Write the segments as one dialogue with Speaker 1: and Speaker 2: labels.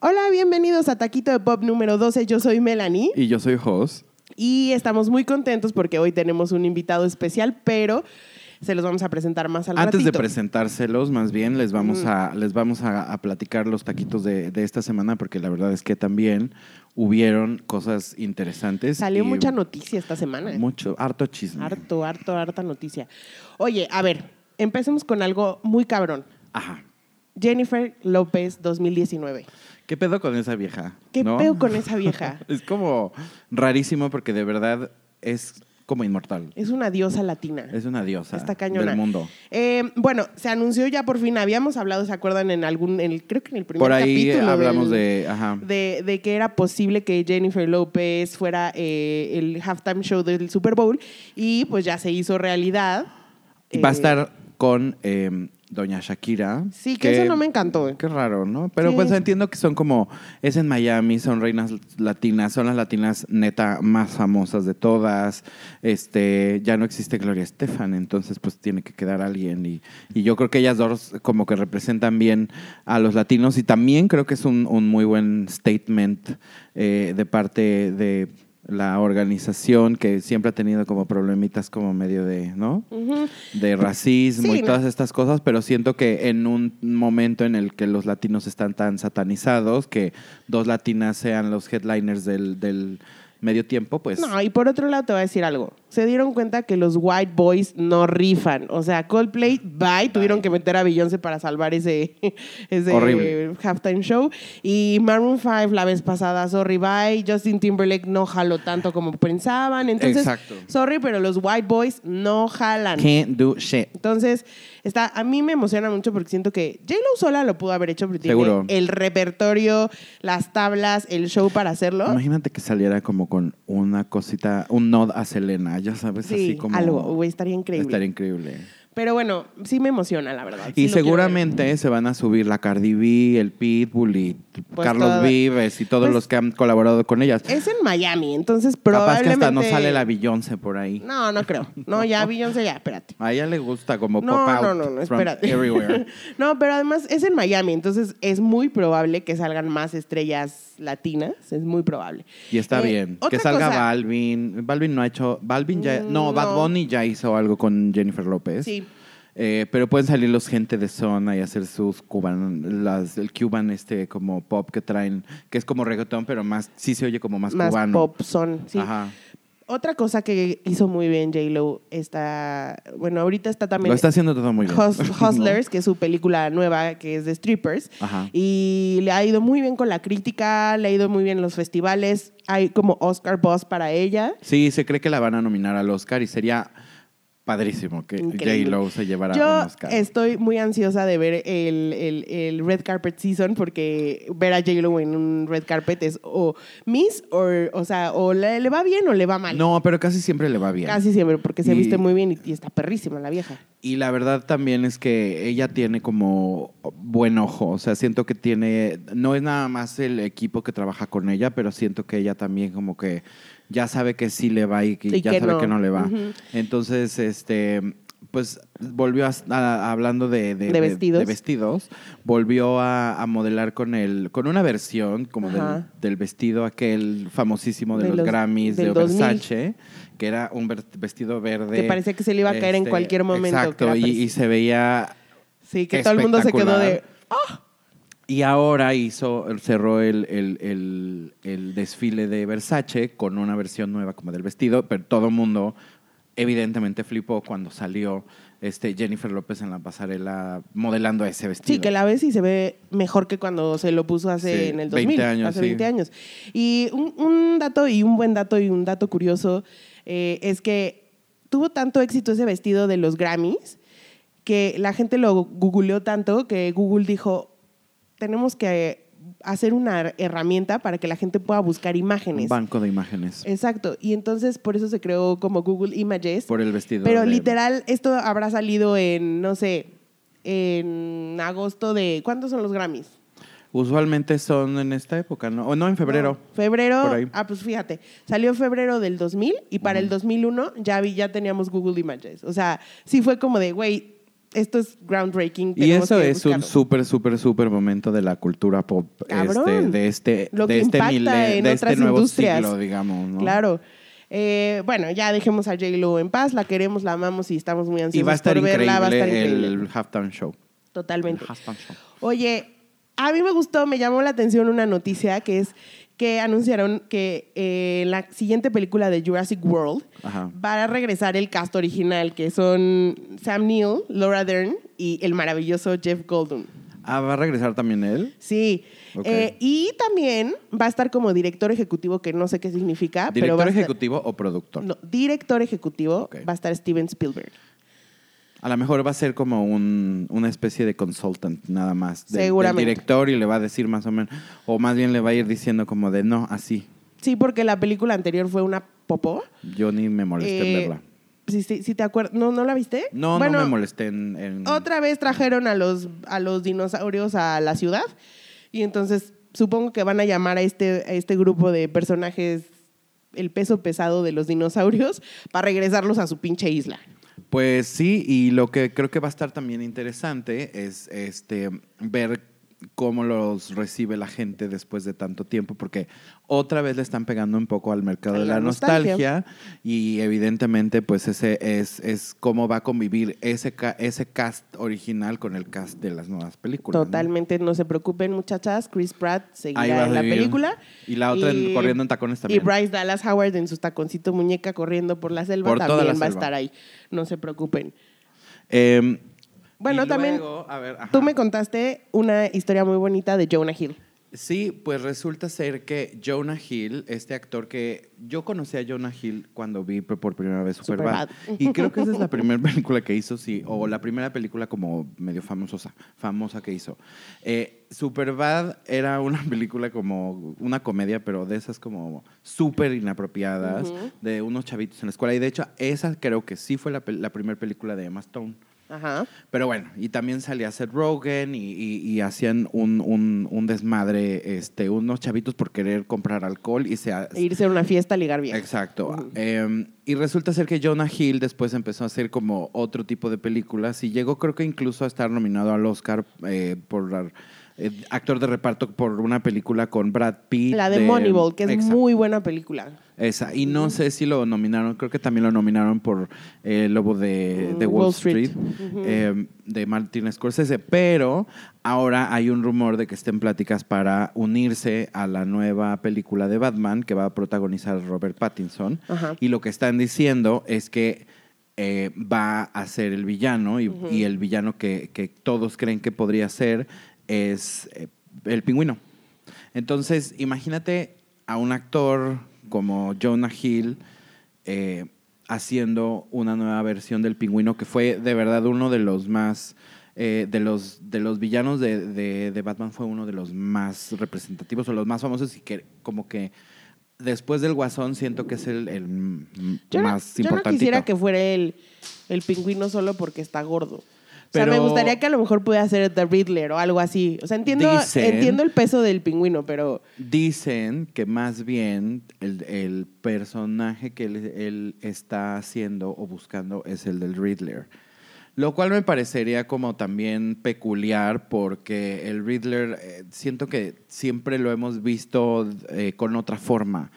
Speaker 1: Hola, bienvenidos a Taquito de Pop número 12. Yo soy Melanie
Speaker 2: Y yo soy Jos.
Speaker 1: y estamos muy contentos porque hoy tenemos un invitado especial, pero se los vamos a presentar más al
Speaker 2: Antes de
Speaker 1: ratito. Mm.
Speaker 2: presentárselos, más bien les vamos a les vamos a, a platicar los taquitos de, de esta semana porque la verdad es que también hubieron cosas interesantes.
Speaker 1: Salió
Speaker 2: y
Speaker 1: mucha noticia esta semana. ¿eh?
Speaker 2: Mucho, harto chisme.
Speaker 1: Harto, harto, harta noticia. Oye, a ver, empecemos con algo muy cabrón.
Speaker 2: Ajá.
Speaker 1: Jennifer López 2019.
Speaker 2: ¿Qué pedo con esa vieja?
Speaker 1: ¿Qué
Speaker 2: no?
Speaker 1: pedo con esa vieja?
Speaker 2: Es como rarísimo porque de verdad es como inmortal.
Speaker 1: Es una diosa latina.
Speaker 2: Es una diosa
Speaker 1: Está cañona.
Speaker 2: del mundo.
Speaker 1: Eh, bueno, se anunció ya por fin. Habíamos hablado, ¿se acuerdan? En algún, en el- creo que en el primer
Speaker 2: Por ahí
Speaker 1: capítulo
Speaker 2: hablamos
Speaker 1: del-
Speaker 2: de, ajá.
Speaker 1: de, de que era posible que Jennifer López fuera eh, el halftime show del Super Bowl y pues ya se hizo realidad.
Speaker 2: Y Va a
Speaker 1: Eh,
Speaker 2: estar con eh, Doña Shakira.
Speaker 1: Sí, que, eso no me encantó. eh.
Speaker 2: Qué raro, ¿no? Pero
Speaker 1: Sí.
Speaker 2: pues entiendo que son como, es en Miami, son reinas latinas, son las latinas neta más famosas de todas. Este, ya no existe Gloria Estefan, entonces pues tiene que quedar alguien. Y, y yo creo que ellas dos como que representan bien a los latinos y también creo que es un, un muy buen statement eh, de parte de la organización que siempre ha tenido como problemitas como medio de, ¿no?
Speaker 1: Ujú.
Speaker 2: de racismo
Speaker 1: Sí,
Speaker 2: y
Speaker 1: no.
Speaker 2: todas estas cosas, pero siento que en un momento en el que los latinos están tan satanizados, que dos latinas sean los headliners del, del medio tiempo, pues
Speaker 1: No, y por otro lado te voy a decir algo. Se dieron cuenta que los white boys no rifan. O sea, Coldplay, bye, tuvieron que meter a Beyoncé para salvar ese, ese
Speaker 2: Horrible.
Speaker 1: halftime show. Y Maroon 5 la vez pasada, sorry, bye. Justin Timberlake no jaló tanto como pensaban. Entonces,
Speaker 2: Exacto.
Speaker 1: sorry, pero los white boys no jalan.
Speaker 2: can't do shit.
Speaker 1: Entonces, está, a mí me emociona mucho porque siento que J-Lo sola lo pudo haber hecho, porque tiene
Speaker 2: Seguro.
Speaker 1: el repertorio, las tablas, el show para hacerlo.
Speaker 2: Imagínate que saliera como con una cosita, un nod a Selena, ya sabes, así
Speaker 1: Sí,
Speaker 2: como...
Speaker 1: algo, güey, estaría increíble.
Speaker 2: Estaría increíble.
Speaker 1: Pero bueno, sí me emociona, la verdad. Sí
Speaker 2: Y
Speaker 1: lo quiero
Speaker 2: seguramente se van a subir la Cardi B, el Pitbull y
Speaker 1: Pues
Speaker 2: Carlos
Speaker 1: toda-
Speaker 2: Vives y todos
Speaker 1: pues-
Speaker 2: los que han colaborado con ellas.
Speaker 1: ver. Es en Miami, entonces
Speaker 2: Capaz
Speaker 1: probablemente...
Speaker 2: que hasta no sale la Beyoncé por ahí.
Speaker 1: No, no creo. No, ya Beyoncé, ya, espérate.
Speaker 2: A ella le gusta como
Speaker 1: No,
Speaker 2: pop out
Speaker 1: no, no, no,
Speaker 2: from
Speaker 1: espérate.
Speaker 2: everywhere.
Speaker 1: No, pero además es en Miami, entonces es muy probable que salgan más estrellas latinas, es muy probable.
Speaker 2: Y está
Speaker 1: Eh,
Speaker 2: bien.
Speaker 1: otra
Speaker 2: Que salga
Speaker 1: cosa.
Speaker 2: Balvin. Balvin no ha hecho. Balvin ya.
Speaker 1: Mm,
Speaker 2: No, Bad
Speaker 1: no.
Speaker 2: Bunny ya hizo algo con Jennifer López.
Speaker 1: Sí.
Speaker 2: Eh, pero pueden salir los gente de zona y hacer sus cuban, las, el cuban este como pop que traen, que es como reggaetón, pero más, sí se oye como más,
Speaker 1: Más
Speaker 2: cubano.
Speaker 1: pop son, sí.
Speaker 2: Ajá.
Speaker 1: Otra cosa que hizo muy bien J-Lo está, bueno, ahorita está también
Speaker 2: Lo está haciendo todo muy bien.
Speaker 1: Hus- Hustlers, que es su película nueva, que es de strippers.
Speaker 2: Ajá.
Speaker 1: Y le ha ido muy bien con la crítica, le ha ido muy bien en los festivales. Hay como Oscar Boss para ella.
Speaker 2: Sí, se cree que la van a nominar al Oscar y sería padrísimo que
Speaker 1: Increíble.
Speaker 2: J-Lo se llevara
Speaker 1: Yo
Speaker 2: un Oscar.
Speaker 1: estoy muy ansiosa de ver el, el- el Red Carpet Season porque ver a J-Lo en un Red Carpet es o Miss or- o, sea, o le, le va bien o le va mal.
Speaker 2: No, pero casi siempre le va bien.
Speaker 1: Casi siempre, porque se
Speaker 2: Y-
Speaker 1: viste muy bien y, y está perrísima la vieja.
Speaker 2: Y la verdad también es que ella tiene como buen ojo, o sea, siento que tiene, no es nada más el equipo que trabaja con ella, pero siento que ella también como que ya sabe que sí le va y que
Speaker 1: Y
Speaker 2: ya
Speaker 1: que
Speaker 2: sabe
Speaker 1: no.
Speaker 2: que no le va.
Speaker 1: Ujú.
Speaker 2: Entonces, este, pues volvió a, a- hablando de,
Speaker 1: De vestidos.
Speaker 2: vestidos, volvió a, a modelar con el, con una versión como del,
Speaker 1: Ajá.
Speaker 2: del vestido aquel famosísimo de,
Speaker 1: De
Speaker 2: los,
Speaker 1: los-
Speaker 2: Grammys
Speaker 1: del
Speaker 2: de
Speaker 1: 2000.
Speaker 2: Versace, que era un ver- vestido verde.
Speaker 1: Que parecía que se le iba a caer en cualquier momento, que
Speaker 2: este, Exacto,
Speaker 1: era
Speaker 2: y- y
Speaker 1: precioso.
Speaker 2: se veía
Speaker 1: Sí, que todo el mundo se quedó de...
Speaker 2: Espectacular. y ahora hizo cerró el, el- el- el desfile de Versace con una versión nueva como del vestido pero todo el mundo evidentemente flipó cuando salió este Jennifer López en la pasarela modelando ese vestido
Speaker 1: Sí, que la ves y se ve mejor que cuando se lo puso hace
Speaker 2: Sí,
Speaker 1: en el 2000,
Speaker 2: 20 años,
Speaker 1: hace
Speaker 2: sí.
Speaker 1: 20 años. Y un, un dato y un buen dato y un dato curioso eh, es que tuvo tanto éxito ese vestido de los Grammys que la gente lo googleó tanto que Google dijo, tenemos que hacer una herramienta para que la gente pueda buscar
Speaker 2: un
Speaker 1: imágenes.
Speaker 2: banco de imágenes
Speaker 1: Exacto, y entonces por eso se creó como Google Images
Speaker 2: por el vestido
Speaker 1: pero
Speaker 2: de-
Speaker 1: literal, esto habrá salido en, no sé, en agosto de... ¿Cuántos son los Grammys?
Speaker 2: usualmente son en esta época no o no en febrero
Speaker 1: No, febrero.
Speaker 2: Por ahí.
Speaker 1: Ah, pues fíjate. Salió en febrero del 2000 y para el 2001 ya, vi, ya teníamos Google Images. O sea, sí fue como de, güey, esto es groundbreaking.
Speaker 2: Y
Speaker 1: tenemos
Speaker 2: eso
Speaker 1: que
Speaker 2: es un
Speaker 1: buscarlo.
Speaker 2: súper, súper, súper momento de la cultura pop
Speaker 1: Cabrón.
Speaker 2: este, de este,
Speaker 1: Lo
Speaker 2: de
Speaker 1: que
Speaker 2: este,
Speaker 1: impacta
Speaker 2: mile-
Speaker 1: en
Speaker 2: de este
Speaker 1: otras
Speaker 2: nuevo
Speaker 1: industrias.
Speaker 2: siglo, digamos. ¿no?
Speaker 1: Claro. Eh, bueno, ya dejemos a J-Lo en paz, la queremos, la amamos y estamos muy ansiosos
Speaker 2: Y va a estar
Speaker 1: por verla, va a estar
Speaker 2: increíble
Speaker 1: increíble.
Speaker 2: el halftime show. El
Speaker 1: Totalmente.
Speaker 2: halftime show.
Speaker 1: Oye, a mí me gustó, me llamó la atención una noticia que es que anunciaron que eh, la siguiente película de Jurassic World
Speaker 2: Ajá.
Speaker 1: va a regresar el cast original, que son Sam Neill, Laura Dern y el maravilloso Jeff Goldblum.
Speaker 2: Ah, ¿va a regresar también él?
Speaker 1: Sí.
Speaker 2: Ok.
Speaker 1: Eh, y también va a estar como director ejecutivo, que no sé qué significa, Ah, pero va
Speaker 2: ¿Director
Speaker 1: a estar-
Speaker 2: ejecutivo o productor?
Speaker 1: No, director ejecutivo
Speaker 2: Ok.
Speaker 1: va a estar Steven Spielberg.
Speaker 2: A lo mejor va a ser como un, una especie de consultant nada más. del-
Speaker 1: Seguramente.
Speaker 2: Del director y le va a decir más o menos, o más bien le va a ir diciendo como de no, así.
Speaker 1: Sí, porque la película anterior fue una popó.
Speaker 2: Yo ni me molesté en
Speaker 1: Eh,
Speaker 2: verla.
Speaker 1: Si, si- si te acuerdas, ¿no, ¿no la viste?
Speaker 2: No,
Speaker 1: Bueno,
Speaker 2: no me molesté en... en-
Speaker 1: Otra vez trajeron a los, a los dinosaurios a la ciudad y entonces supongo que van a llamar a este, a este grupo de personajes el peso pesado de los dinosaurios para regresarlos a su pinche isla.
Speaker 2: Pues sí, y lo que creo que va a estar también interesante es este ver cómo los recibe la gente después de tanto tiempo, porque otra vez le están pegando un poco al mercado
Speaker 1: A
Speaker 2: de
Speaker 1: la
Speaker 2: la nostalgia, y evidentemente pues ese es, es cómo va a convivir ese, ca- ese cast original con el cast de las nuevas películas. ¿no?
Speaker 1: Totalmente, no se preocupen muchachas, Chris Pratt
Speaker 2: Ahí va
Speaker 1: seguirá
Speaker 2: a
Speaker 1: en la
Speaker 2: vivir.
Speaker 1: película.
Speaker 2: Y la otra en-
Speaker 1: Y-
Speaker 2: corriendo en tacones también.
Speaker 1: Y Bryce Dallas Howard en su taconcito muñeca corriendo por la selva
Speaker 2: Por toda
Speaker 1: también
Speaker 2: la
Speaker 1: va a
Speaker 2: selva.
Speaker 1: estar ahí. No se preocupen.
Speaker 2: Em,
Speaker 1: Bueno,
Speaker 2: y
Speaker 1: también
Speaker 2: luego, a ver, ajá.
Speaker 1: tú me contaste una historia muy bonita de Jonah Hill.
Speaker 2: Sí, pues resulta ser que Jonah Hill, este actor que yo conocí a Jonah Hill cuando vi por por primera vez Superbad,
Speaker 1: Superbad.
Speaker 2: y creo que esa es la primera película que hizo, sí, o la primera película como medio famosa, famosa que hizo. Eh, Superbad era una película como una comedia, pero de esas como súper inapropiadas,
Speaker 1: Ujú.
Speaker 2: de unos chavitos en la escuela, y de hecho esa creo que sí fue la, pel- la primera película de Emma Stone.
Speaker 1: Ajá.
Speaker 2: Pero bueno, y también salía Seth Rogen y, y- y hacían un, un- un desmadre, este, unos chavitos por querer comprar alcohol y se... ha-
Speaker 1: E irse a una fiesta a ligar bien.
Speaker 2: Exacto.
Speaker 1: Ujú.
Speaker 2: Em, y resulta ser que Jonah Hill después empezó a hacer como otro tipo de películas y llegó creo que incluso a estar nominado al Oscar eh, por ar- eh, actor de reparto por una película con Brad Pitt.
Speaker 1: La de Moneyball, que es
Speaker 2: Exacto.
Speaker 1: muy buena película.
Speaker 2: Esa. Y no sé si lo nominaron, creo que también lo nominaron por eh, El Lobo de,
Speaker 1: Mm,
Speaker 2: de Wall,
Speaker 1: Wall
Speaker 2: Street,
Speaker 1: Street.
Speaker 2: eh, de Martin Scorsese. Pero ahora hay un rumor de que estén pláticas para unirse a la nueva película de Batman que va a protagonizar Robert Pattinson.
Speaker 1: Ajá.
Speaker 2: Y lo que están diciendo es que eh, va a ser el villano y, y el villano que, que todos creen que podría ser es eh, el pingüino. Entonces, imagínate a un actor como Jonah Hill eh, haciendo una nueva versión del pingüino que fue de verdad uno de los más... eh, de los de los villanos de, de- de Batman fue uno de los más representativos o los más famosos y que como que después del Guasón siento que es el, el m-
Speaker 1: Yo, no-
Speaker 2: más
Speaker 1: yo no,
Speaker 2: importante.
Speaker 1: quisiera que fuera el, el pingüino solo porque está gordo. o sea,
Speaker 2: Pero-
Speaker 1: me gustaría que a lo mejor pudiera ser The Riddler o algo así. O sea, entiendo,
Speaker 2: Dicen-
Speaker 1: entiendo el peso del pingüino, pero
Speaker 2: Dicen que más bien el, el personaje que él, él está haciendo o buscando es el del Riddler. Lo cual me parecería como también peculiar porque el Riddler eh, siento que siempre lo hemos visto eh, con otra forma.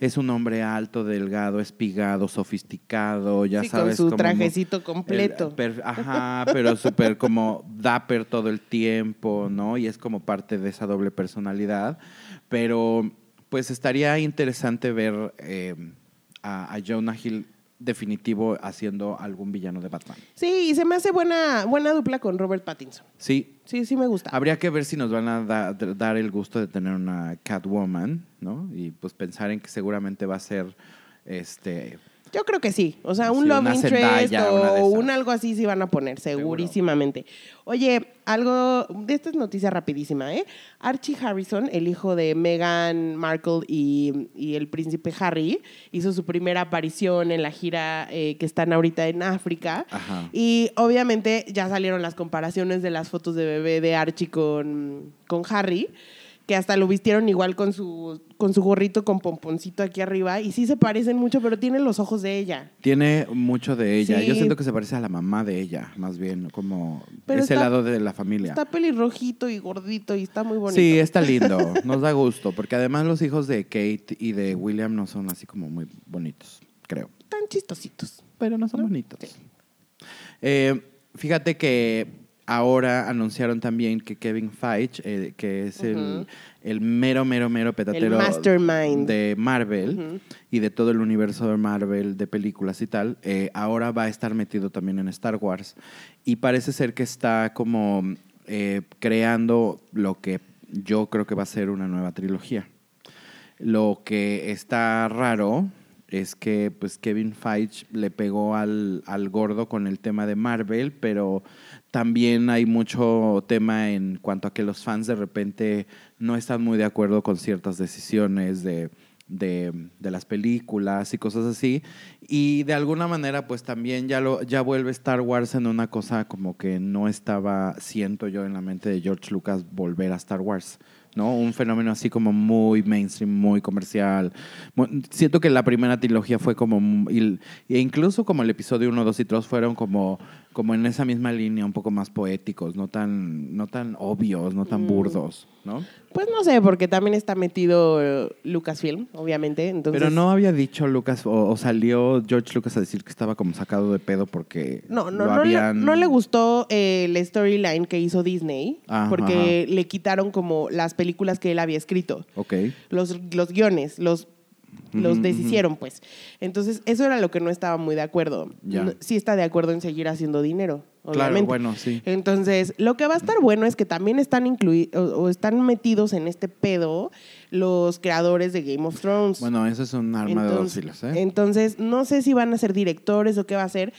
Speaker 2: Es un hombre alto, delgado, espigado, sofisticado, ya
Speaker 1: sí,
Speaker 2: sabes.
Speaker 1: con su
Speaker 2: como-
Speaker 1: trajecito
Speaker 2: El,
Speaker 1: completo.
Speaker 2: per- ajá, pero súper como dapper todo el tiempo, ¿no? Y es como parte de esa doble personalidad. Pero pues estaría interesante ver eh, a, a Jonah Hill definitivo haciendo algún villano de Batman.
Speaker 1: Sí, y se me hace buena, buena dupla con Robert Pattinson.
Speaker 2: Sí,
Speaker 1: Sí, sí me gusta.
Speaker 2: habría que ver si nos van a da- dar el gusto de tener una Catwoman, ¿no? Y pues pensar en que seguramente va a ser este
Speaker 1: Yo creo que sí. O sea,
Speaker 2: Sí,
Speaker 1: un
Speaker 2: una
Speaker 1: love interest
Speaker 2: Zendaya, una de
Speaker 1: o
Speaker 2: esas.
Speaker 1: un algo así sí van a poner, segurísimamente. Oye, algo. de Esta es noticia rapidísima, ¿eh? Archie Harrison, el hijo de Meghan Markle y, y el príncipe Harry, hizo su primera aparición en la gira eh, que están ahorita en África.
Speaker 2: Ajá.
Speaker 1: Y obviamente ya salieron las comparaciones de las fotos de bebé de Archie con, con Harry. que hasta lo vistieron igual con su, con su gorrito con pomponcito aquí arriba. Y sí se parecen mucho, pero tienen los ojos de ella.
Speaker 2: Tiene mucho de ella.
Speaker 1: Sí.
Speaker 2: Yo siento que se parece a la mamá de ella, más bien, como
Speaker 1: Pero
Speaker 2: ese
Speaker 1: está-
Speaker 2: lado de la familia.
Speaker 1: Está pelirrojito y gordito y está muy bonito.
Speaker 2: Sí, está lindo, nos da gusto, porque además los hijos de Kate y de William no son así como muy bonitos, creo.
Speaker 1: Están chistositos.
Speaker 2: Pero no son bonitos. Eh, fíjate que ahora anunciaron también que Kevin Feige, eh, que es el,
Speaker 1: Ujú.
Speaker 2: el mero, mero, mero petatero
Speaker 1: El mastermind.
Speaker 2: de Marvel
Speaker 1: Ujú.
Speaker 2: y de todo el universo de Marvel, de películas y tal, eh, ahora va a estar metido también en Star Wars. Y parece ser que está como eh, creando lo que yo creo que va a ser una nueva trilogía. Lo que está raro es que pues Kevin Feige le pegó al, al gordo con el tema de Marvel, pero también hay mucho tema en cuanto a que los fans de repente no están muy de acuerdo con ciertas decisiones de, de- de las películas y cosas así. Y de alguna manera pues también ya, lo, ya vuelve Star Wars en una cosa como que no estaba, siento yo en la mente de George Lucas, volver a Star Wars. ¿no? Un fenómeno así como muy mainstream, muy comercial. Mu- Siento que la primera trilogía fue como, m- il- e incluso como el episodio 1, 2 y 3 fueron como, como en esa misma línea, un poco más poéticos, no tan, no tan obvios, no tan burdos, ¿no?
Speaker 1: Pues no sé, porque también está metido eh, Lucasfilm, obviamente. Entonces,
Speaker 2: Pero no había dicho Lucas, o, o salió George Lucas a decir que estaba como sacado de pedo porque
Speaker 1: No, no,
Speaker 2: lo
Speaker 1: no, le,
Speaker 2: habían-
Speaker 1: no le gustó eh, la storyline que hizo Disney,
Speaker 2: Ajá,
Speaker 1: porque le quitaron como las películas que él había escrito,
Speaker 2: Ok.
Speaker 1: los, los guiones, los, los
Speaker 2: Ujú,
Speaker 1: deshicieron, pues. Entonces, eso era lo que no estaba muy de acuerdo.
Speaker 2: Ya.
Speaker 1: No- Sí está de acuerdo en seguir haciendo dinero, obviamente.
Speaker 2: Claro, bueno, sí.
Speaker 1: Entonces, lo que va a estar bueno es que también están inclui- o, o están metidos en este pedo los creadores de Game of Thrones.
Speaker 2: Bueno, eso es un arma de dos hilos, ¿eh?
Speaker 1: entonces, no sé si van a ser directores o qué va a ser,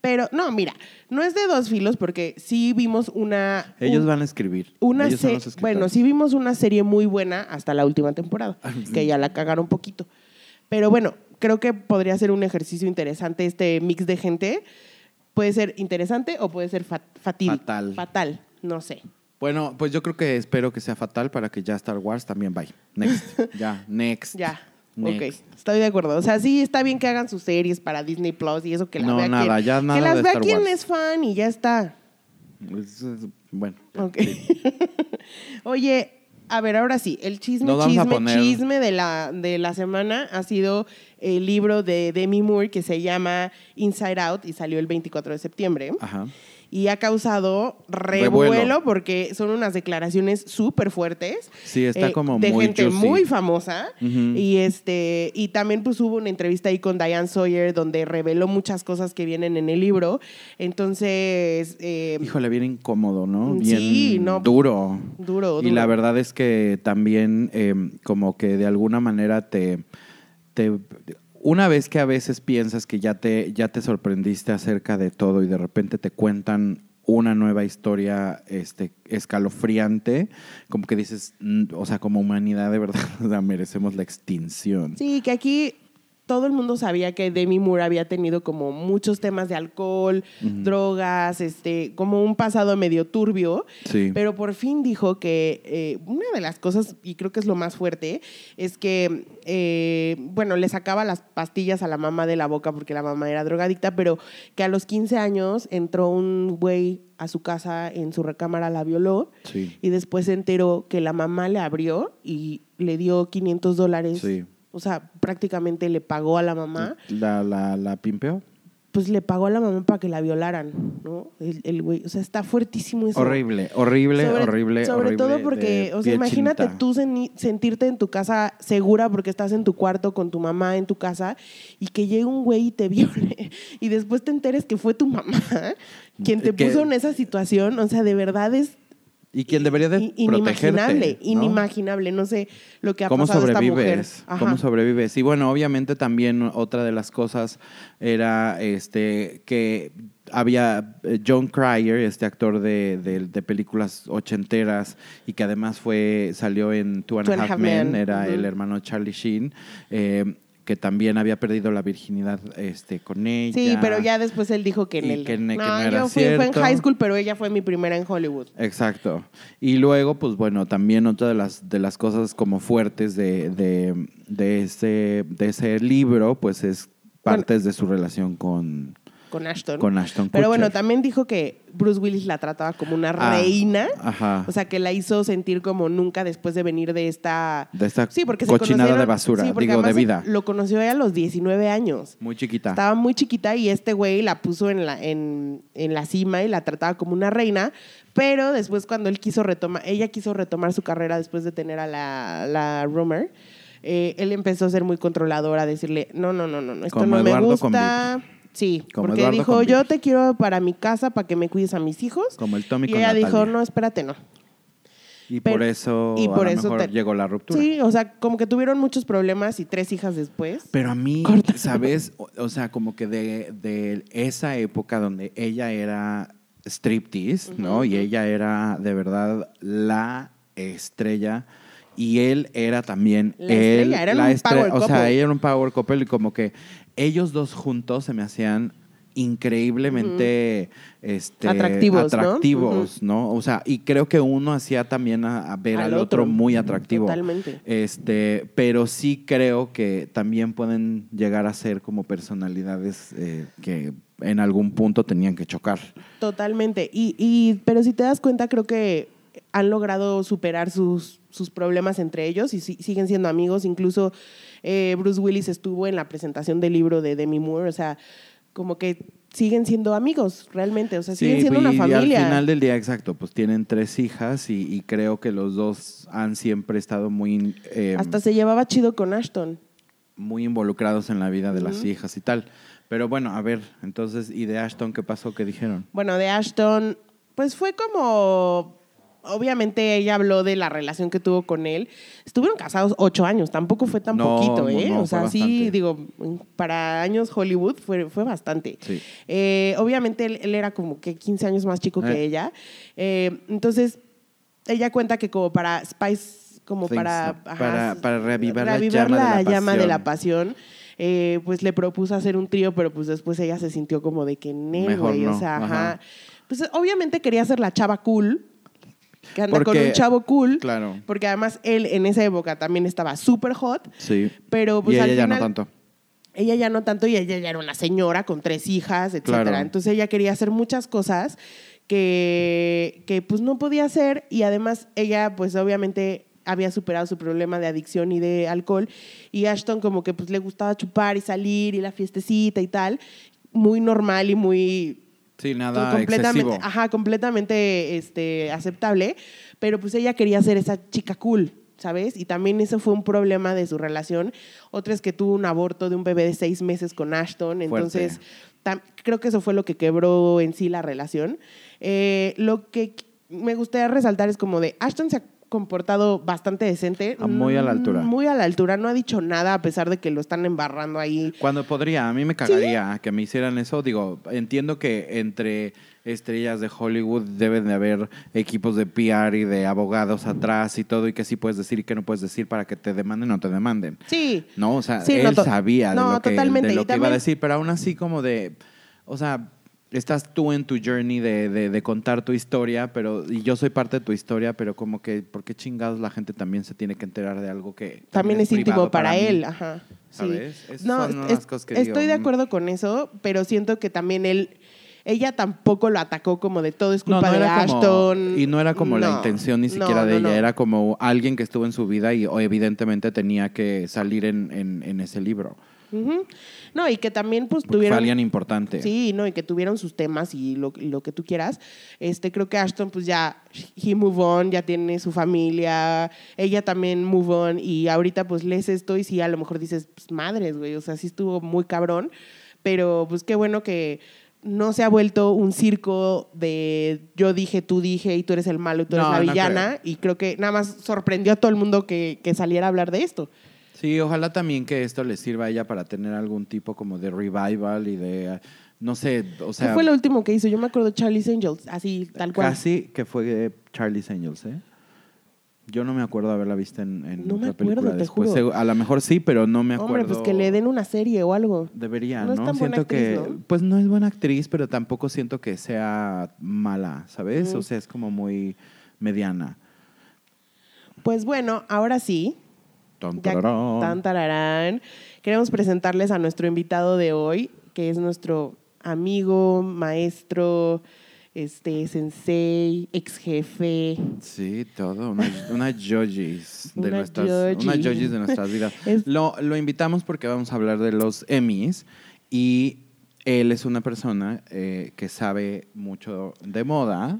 Speaker 1: pero no, mira, no es de dos filos porque sí vimos una...
Speaker 2: Ellos
Speaker 1: un-
Speaker 2: van a escribir.
Speaker 1: una
Speaker 2: Ellos son
Speaker 1: se-
Speaker 2: los escritores. Ah,
Speaker 1: bueno, sí vimos una serie muy buena hasta la última temporada, que ya la cagaron un poquito. Pero bueno, creo que podría ser un ejercicio interesante este mix de gente. Puede ser interesante o puede ser fat- fatídico.
Speaker 2: Fatal.
Speaker 1: Fatal, no sé.
Speaker 2: Bueno, pues yo creo que espero que sea fatal para que ya Star Wars también vaya. Next. ya, next.
Speaker 1: Ya.
Speaker 2: Next.
Speaker 1: Ok, estoy de acuerdo. O sea, sí está bien que hagan sus series para Disney Plus y eso que las
Speaker 2: No,
Speaker 1: vea
Speaker 2: nada,
Speaker 1: quien,
Speaker 2: ya nada
Speaker 1: que las
Speaker 2: de
Speaker 1: vea
Speaker 2: Star
Speaker 1: quien
Speaker 2: Wars.
Speaker 1: es fan y ya está.
Speaker 2: Es- es- Bueno.
Speaker 1: Ok. Oye, a ver, ahora sí, el chisme,
Speaker 2: No vamos a
Speaker 1: chisme,
Speaker 2: poner-
Speaker 1: chisme de la, de la semana ha sido el libro de Demi Moore que se llama Inside Out y salió el 24 de septiembre.
Speaker 2: Ajá.
Speaker 1: Y ha causado revuelo,
Speaker 2: Ah. Revuelo.
Speaker 1: porque son unas declaraciones súper fuertes. eh,
Speaker 2: Sí, está como
Speaker 1: de
Speaker 2: muy
Speaker 1: gente
Speaker 2: juicy.
Speaker 1: muy famosa.
Speaker 2: Ujú.
Speaker 1: Y este y también pues hubo una entrevista ahí con Diane Sawyer donde reveló muchas cosas que vienen en el libro. Entonces, eh,
Speaker 2: Híjole, bien incómodo, ¿no? Bien
Speaker 1: Sí, no. pues,
Speaker 2: duro.
Speaker 1: duro,
Speaker 2: Y
Speaker 1: duro.
Speaker 2: la verdad es que también eh, como que de alguna manera te, te- Una vez que a veces piensas que ya te, ya te sorprendiste acerca de todo y de repente te cuentan una nueva historia este, escalofriante, como que dices, "Mm", o sea, como humanidad de verdad o sea, merecemos la extinción.
Speaker 1: Sí, que aquí todo el mundo sabía que Demi Moore había tenido como muchos temas de alcohol, drogas, este, como un pasado medio turbio.
Speaker 2: Sí.
Speaker 1: Pero por fin dijo que eh, una de las cosas, y creo que es lo más fuerte, es que, eh, bueno, le sacaba las pastillas a la mamá de la boca porque la mamá era drogadicta, pero que a los 15 años entró un güey a su casa, en su recámara la violó
Speaker 2: Sí.
Speaker 1: y después se enteró que la mamá le abrió y le dio 500 dólares.
Speaker 2: Sí.
Speaker 1: O sea, prácticamente le pagó a la mamá,
Speaker 2: La, la, la pimpeó.
Speaker 1: pues le pagó a la mamá para que la violaran, ¿no? El el güey, o sea, está fuertísimo eso.
Speaker 2: Horrible, horrible,
Speaker 1: Sobre-
Speaker 2: horrible.
Speaker 1: Sobre
Speaker 2: horrible,
Speaker 1: todo
Speaker 2: de
Speaker 1: porque, o sea,
Speaker 2: piel
Speaker 1: imagínate
Speaker 2: chinita.
Speaker 1: tú seni- sentirte en tu casa segura porque estás en tu cuarto con tu mamá en tu casa y que llegue un güey y te viole y después te enteres que fue tu mamá quien te
Speaker 2: Que-
Speaker 1: puso en esa situación. O sea, de verdad es
Speaker 2: Y quien debería de
Speaker 1: I- inimaginable,
Speaker 2: protegerte, ¿no?
Speaker 1: inimaginable. No sé lo que ha
Speaker 2: ¿Cómo
Speaker 1: pasado a esta mujer.
Speaker 2: sobrevives? ¿Cómo sobrevives? Y bueno, obviamente también otra de las cosas era este que había eh, John Cryer, este actor de, de- de películas ochenteras y que además fue salió en Two and, a Half Men, era
Speaker 1: Ujú.
Speaker 2: el hermano Charlie Sheen. eh, que también había perdido la virginidad este, con ella.
Speaker 1: Sí, pero ya después él dijo que en
Speaker 2: Y
Speaker 1: el.
Speaker 2: que ne- que
Speaker 1: no,
Speaker 2: no era
Speaker 1: yo fui, fue en
Speaker 2: cierto.
Speaker 1: high school, pero ella fue mi primera en Hollywood.
Speaker 2: Exacto. Y luego, pues bueno, también otra de las, de las cosas como fuertes de, de, de ese, de ese libro, pues es partes de su relación con,
Speaker 1: Con Ashton.
Speaker 2: con Ashton Kutcher.
Speaker 1: pero bueno, también dijo que Bruce Willis la trataba como una
Speaker 2: Ah,
Speaker 1: reina.
Speaker 2: Ajá.
Speaker 1: O sea, que la hizo sentir como nunca después de venir de esta.
Speaker 2: de esta
Speaker 1: Sí, porque se
Speaker 2: cochinada
Speaker 1: conocieron-
Speaker 2: de basura,
Speaker 1: sí, porque
Speaker 2: digo, de
Speaker 1: además
Speaker 2: vida.
Speaker 1: Lo conoció ella a los 19 años.
Speaker 2: Muy chiquita.
Speaker 1: Estaba muy chiquita y este güey la puso en la, en, en la cima y la trataba como una reina, pero después cuando él quiso retomar, ella quiso retomar su carrera después de tener a la, la Rumor, eh, él empezó a ser muy controlador, a decirle, no, no, no, no, no, esto
Speaker 2: Como
Speaker 1: no
Speaker 2: Eduardo
Speaker 1: me
Speaker 2: con
Speaker 1: gusta. Sí,
Speaker 2: Como
Speaker 1: porque
Speaker 2: Eduardo
Speaker 1: dijo,
Speaker 2: con
Speaker 1: yo
Speaker 2: Vips.
Speaker 1: te quiero para mi casa, para que me cuides a mis hijos.
Speaker 2: Como el Tommy
Speaker 1: Y
Speaker 2: con
Speaker 1: ella
Speaker 2: Natalia.
Speaker 1: dijo, no, espérate, no.
Speaker 2: y
Speaker 1: pero-
Speaker 2: por eso,
Speaker 1: y por
Speaker 2: a lo
Speaker 1: eso
Speaker 2: mejor
Speaker 1: te-
Speaker 2: llegó la ruptura.
Speaker 1: Sí, o sea, como que tuvieron muchos problemas y tres hijas después.
Speaker 2: Pero a mí,
Speaker 1: Corta.
Speaker 2: ¿sabes? O, o sea, como que de, de esa época donde ella era striptease, ¿no? Y ella era de verdad la estrella. Y él era también
Speaker 1: La
Speaker 2: él,
Speaker 1: estrella, eran
Speaker 2: la
Speaker 1: un
Speaker 2: estre-
Speaker 1: power
Speaker 2: O sea,
Speaker 1: couple.
Speaker 2: ella era un power couple y como que ellos dos juntos se me hacían increíblemente este,
Speaker 1: Atractivos, ¿no?
Speaker 2: atractivos, ¿no? O sea, y creo que uno hacía también a, a ver al, otro, muy atractivo.
Speaker 1: Totalmente.
Speaker 2: Este, pero sí creo que también pueden llegar a ser como personalidades eh, que en algún punto tenían que chocar.
Speaker 1: Totalmente. Y, y- pero si te das cuenta, creo que han logrado superar sus, sus problemas entre ellos y si- siguen siendo amigos. Incluso eh, Bruce Willis estuvo en la presentación del libro de Demi Moore. O sea, como que siguen siendo amigos realmente. O sea, siguen siendo una
Speaker 2: y
Speaker 1: familia.
Speaker 2: al final del día, exacto, pues tienen tres hijas y, y creo que los dos han siempre estado muy, eh,
Speaker 1: Hasta se llevaba chido con Ashton.
Speaker 2: muy involucrados en la vida de las hijas y tal. Pero bueno, a ver, entonces, ¿y de Ashton qué pasó? ¿Qué dijeron?
Speaker 1: Bueno, de Ashton, pues fue como. Obviamente ella habló de la relación que tuvo con él. Estuvieron casados ocho años, tampoco fue tan
Speaker 2: No,
Speaker 1: poquito, ¿eh?
Speaker 2: no,
Speaker 1: o sea,
Speaker 2: fue
Speaker 1: sí,
Speaker 2: bastante.
Speaker 1: digo, para años Hollywood fue, fue bastante.
Speaker 2: Sí.
Speaker 1: Eh, obviamente él, él era como que 15 años más chico que
Speaker 2: Eh.
Speaker 1: ella. Eh, entonces, ella cuenta que como para Spice, como
Speaker 2: Things,
Speaker 1: para,
Speaker 2: ¿no? Para- para reavivar la llama de
Speaker 1: la,
Speaker 2: la
Speaker 1: llama de
Speaker 2: pasión.
Speaker 1: la pasión, eh, pues le propuso hacer un trío, pero pues después ella se sintió como de que nel,
Speaker 2: Mejor
Speaker 1: güey.
Speaker 2: no,
Speaker 1: O sea, ajá.
Speaker 2: ajá.
Speaker 1: Pues obviamente quería ser la chava cool. Que anda con
Speaker 2: Porque-
Speaker 1: un chavo cool.
Speaker 2: claro.
Speaker 1: Porque además él en esa época también estaba súper hot.
Speaker 2: Sí.
Speaker 1: Pero pues
Speaker 2: y ella
Speaker 1: al
Speaker 2: ya no
Speaker 1: final-
Speaker 2: tanto.
Speaker 1: Ella ya no tanto y ella ya era una señora con tres hijas, etcétera.
Speaker 2: Claro.
Speaker 1: Entonces ella quería hacer muchas cosas que, que pues no podía hacer y además ella pues obviamente había superado su problema de adicción y de alcohol y Ashton como que pues le gustaba chupar y salir y la fiestecita y tal, muy normal y muy
Speaker 2: Sí, nada
Speaker 1: completamente,
Speaker 2: excesivo.
Speaker 1: ajá, completamente este, aceptable, pero pues ella quería ser esa chica cool, ¿sabes? Y también eso fue un problema de su relación. Otra es que tuvo un aborto de un bebé de seis meses con Ashton, entonces tam- creo que eso fue lo que quebró en sí la relación. Eh, lo que qu- me gustaría resaltar es como de Ashton se ha comportado bastante decente. Mm,
Speaker 2: Ah, muy a la altura.
Speaker 1: Muy a la altura, no ha dicho nada a pesar de que lo están embarrando ahí.
Speaker 2: Cuando podría, a mí me cagaría que me hicieran eso. Digo, entiendo que entre estrellas de Hollywood deben de haber equipos de PR y de abogados atrás y todo, y que sí puedes decir y que no puedes decir para que te demanden o no te demanden.
Speaker 1: Sí.
Speaker 2: No, o sea,
Speaker 1: Sí, no,
Speaker 2: él
Speaker 1: to-
Speaker 2: sabía de
Speaker 1: no,
Speaker 2: lo que, de
Speaker 1: totalmente,
Speaker 2: lo
Speaker 1: y
Speaker 2: que iba
Speaker 1: también-
Speaker 2: a decir, pero aún así como de, o sea, estás tú en tu journey de, de- de contar tu historia, pero y yo soy parte de tu historia, pero como que, ¿por qué chingados la gente también se tiene que enterar de algo que
Speaker 1: también es íntimo
Speaker 2: privado
Speaker 1: para,
Speaker 2: mí?
Speaker 1: él, ajá. sí.
Speaker 2: ¿Sabes? Esas
Speaker 1: No,
Speaker 2: son
Speaker 1: es-
Speaker 2: unas
Speaker 1: es-
Speaker 2: cosas que digo,
Speaker 1: estoy de
Speaker 2: mm.
Speaker 1: acuerdo con eso, pero siento que también él, ella tampoco lo atacó como de todo es culpa de
Speaker 2: como-
Speaker 1: Ashton.
Speaker 2: y no era como la
Speaker 1: No,
Speaker 2: intención ni
Speaker 1: no,
Speaker 2: siquiera de
Speaker 1: no,
Speaker 2: ella,
Speaker 1: no.
Speaker 2: era como alguien que estuvo en su vida y o, evidentemente tenía que salir en, en- en ese libro.
Speaker 1: Ujú. No, y que también pues
Speaker 2: Porque fue
Speaker 1: tuvieron...
Speaker 2: alguien importante.
Speaker 1: Sí, no, y que tuvieron sus temas y lo, y lo que tú quieras. Este, creo que Ashton, pues ya, he move on, ya tiene su familia, ella también move on, y ahorita pues lees esto y sí, a lo mejor dices, pues madres, güey, o sea, sí estuvo muy cabrón, pero pues qué bueno que no se ha vuelto un circo de yo dije, tú dije, y tú eres el malo, y tú eres
Speaker 2: No,
Speaker 1: la
Speaker 2: no
Speaker 1: villana, y creo que nada más sorprendió a todo el mundo que, que saliera a hablar de esto.
Speaker 2: Sí, ojalá también que esto le sirva a ella para tener algún tipo como de revival y de, no sé, o
Speaker 1: ¿Qué
Speaker 2: sea,
Speaker 1: fue lo último que hizo? Yo me acuerdo Charlie's Angels, así, tal cual.
Speaker 2: casi que fue eh, Charlie's Angels, ¿eh? Yo no me acuerdo haberla visto en, en
Speaker 1: No me
Speaker 2: otra
Speaker 1: acuerdo,
Speaker 2: película
Speaker 1: te
Speaker 2: después.
Speaker 1: juro.
Speaker 2: Segu- A lo mejor sí, pero no me acuerdo.
Speaker 1: Hombre, pues que le den una serie o algo.
Speaker 2: Debería,
Speaker 1: No
Speaker 2: ¿no?
Speaker 1: es tan buena
Speaker 2: siento que.
Speaker 1: actriz, ¿no?
Speaker 2: Pues no es buena actriz, pero tampoco siento que sea mala, ¿sabes?
Speaker 1: Ujú.
Speaker 2: O sea, es como muy mediana.
Speaker 1: Pues bueno, ahora sí,
Speaker 2: Tan,
Speaker 1: ya
Speaker 2: tararán.
Speaker 1: tan tararán, queremos presentarles a nuestro invitado de hoy, que es nuestro amigo, maestro, este, sensei, ex jefe.
Speaker 2: Sí, todo. Unas una yojis de
Speaker 1: Una
Speaker 2: nuestras
Speaker 1: yoji.
Speaker 2: unas yojis de nuestras vidas.
Speaker 1: Es-
Speaker 2: Lo, lo invitamos porque vamos a hablar de los Emmys y él es una persona eh, que sabe mucho de moda.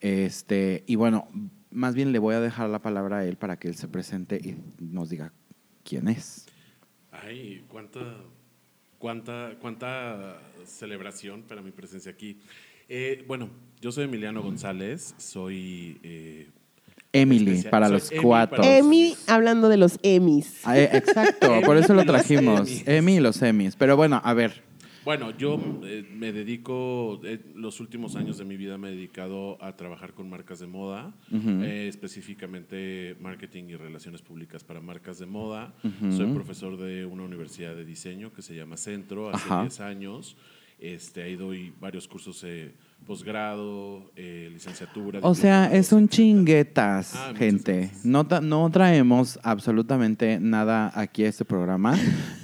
Speaker 2: Este, y bueno, más bien le voy a dejar la palabra a él para que él se presente y nos diga quién es.
Speaker 3: Ay, cuánta, cuánta, cuánta celebración para mi presencia aquí. Eh, bueno, yo soy Emiliano González, soy... eh,
Speaker 2: Emily,
Speaker 3: Especial-
Speaker 2: para
Speaker 3: soy
Speaker 2: los
Speaker 3: Emi
Speaker 2: cuatro.
Speaker 3: para-
Speaker 1: Emi, hablando de los Emis.
Speaker 2: Ah, eh, exacto, por eso lo
Speaker 3: Emi y los
Speaker 2: trajimos.
Speaker 3: Emmys.
Speaker 2: Emi y los Emmys. Pero bueno, a ver.
Speaker 3: bueno, yo eh, me dedico, eh, los últimos años de mi vida me he dedicado a trabajar con marcas de moda, eh, específicamente marketing y relaciones públicas para marcas de moda. Soy profesor de una universidad de diseño que se llama Centro, hace
Speaker 2: Ajá.
Speaker 3: 10 años. Este, ahí doy varios cursos de posgrado, eh, licenciatura.
Speaker 2: O sea,
Speaker 3: diplomados,
Speaker 2: es un
Speaker 3: etcétera.
Speaker 2: chinguetas,
Speaker 3: Ah, muchas
Speaker 2: gente.
Speaker 3: gracias.
Speaker 2: No, ta- no traemos absolutamente nada aquí a este programa.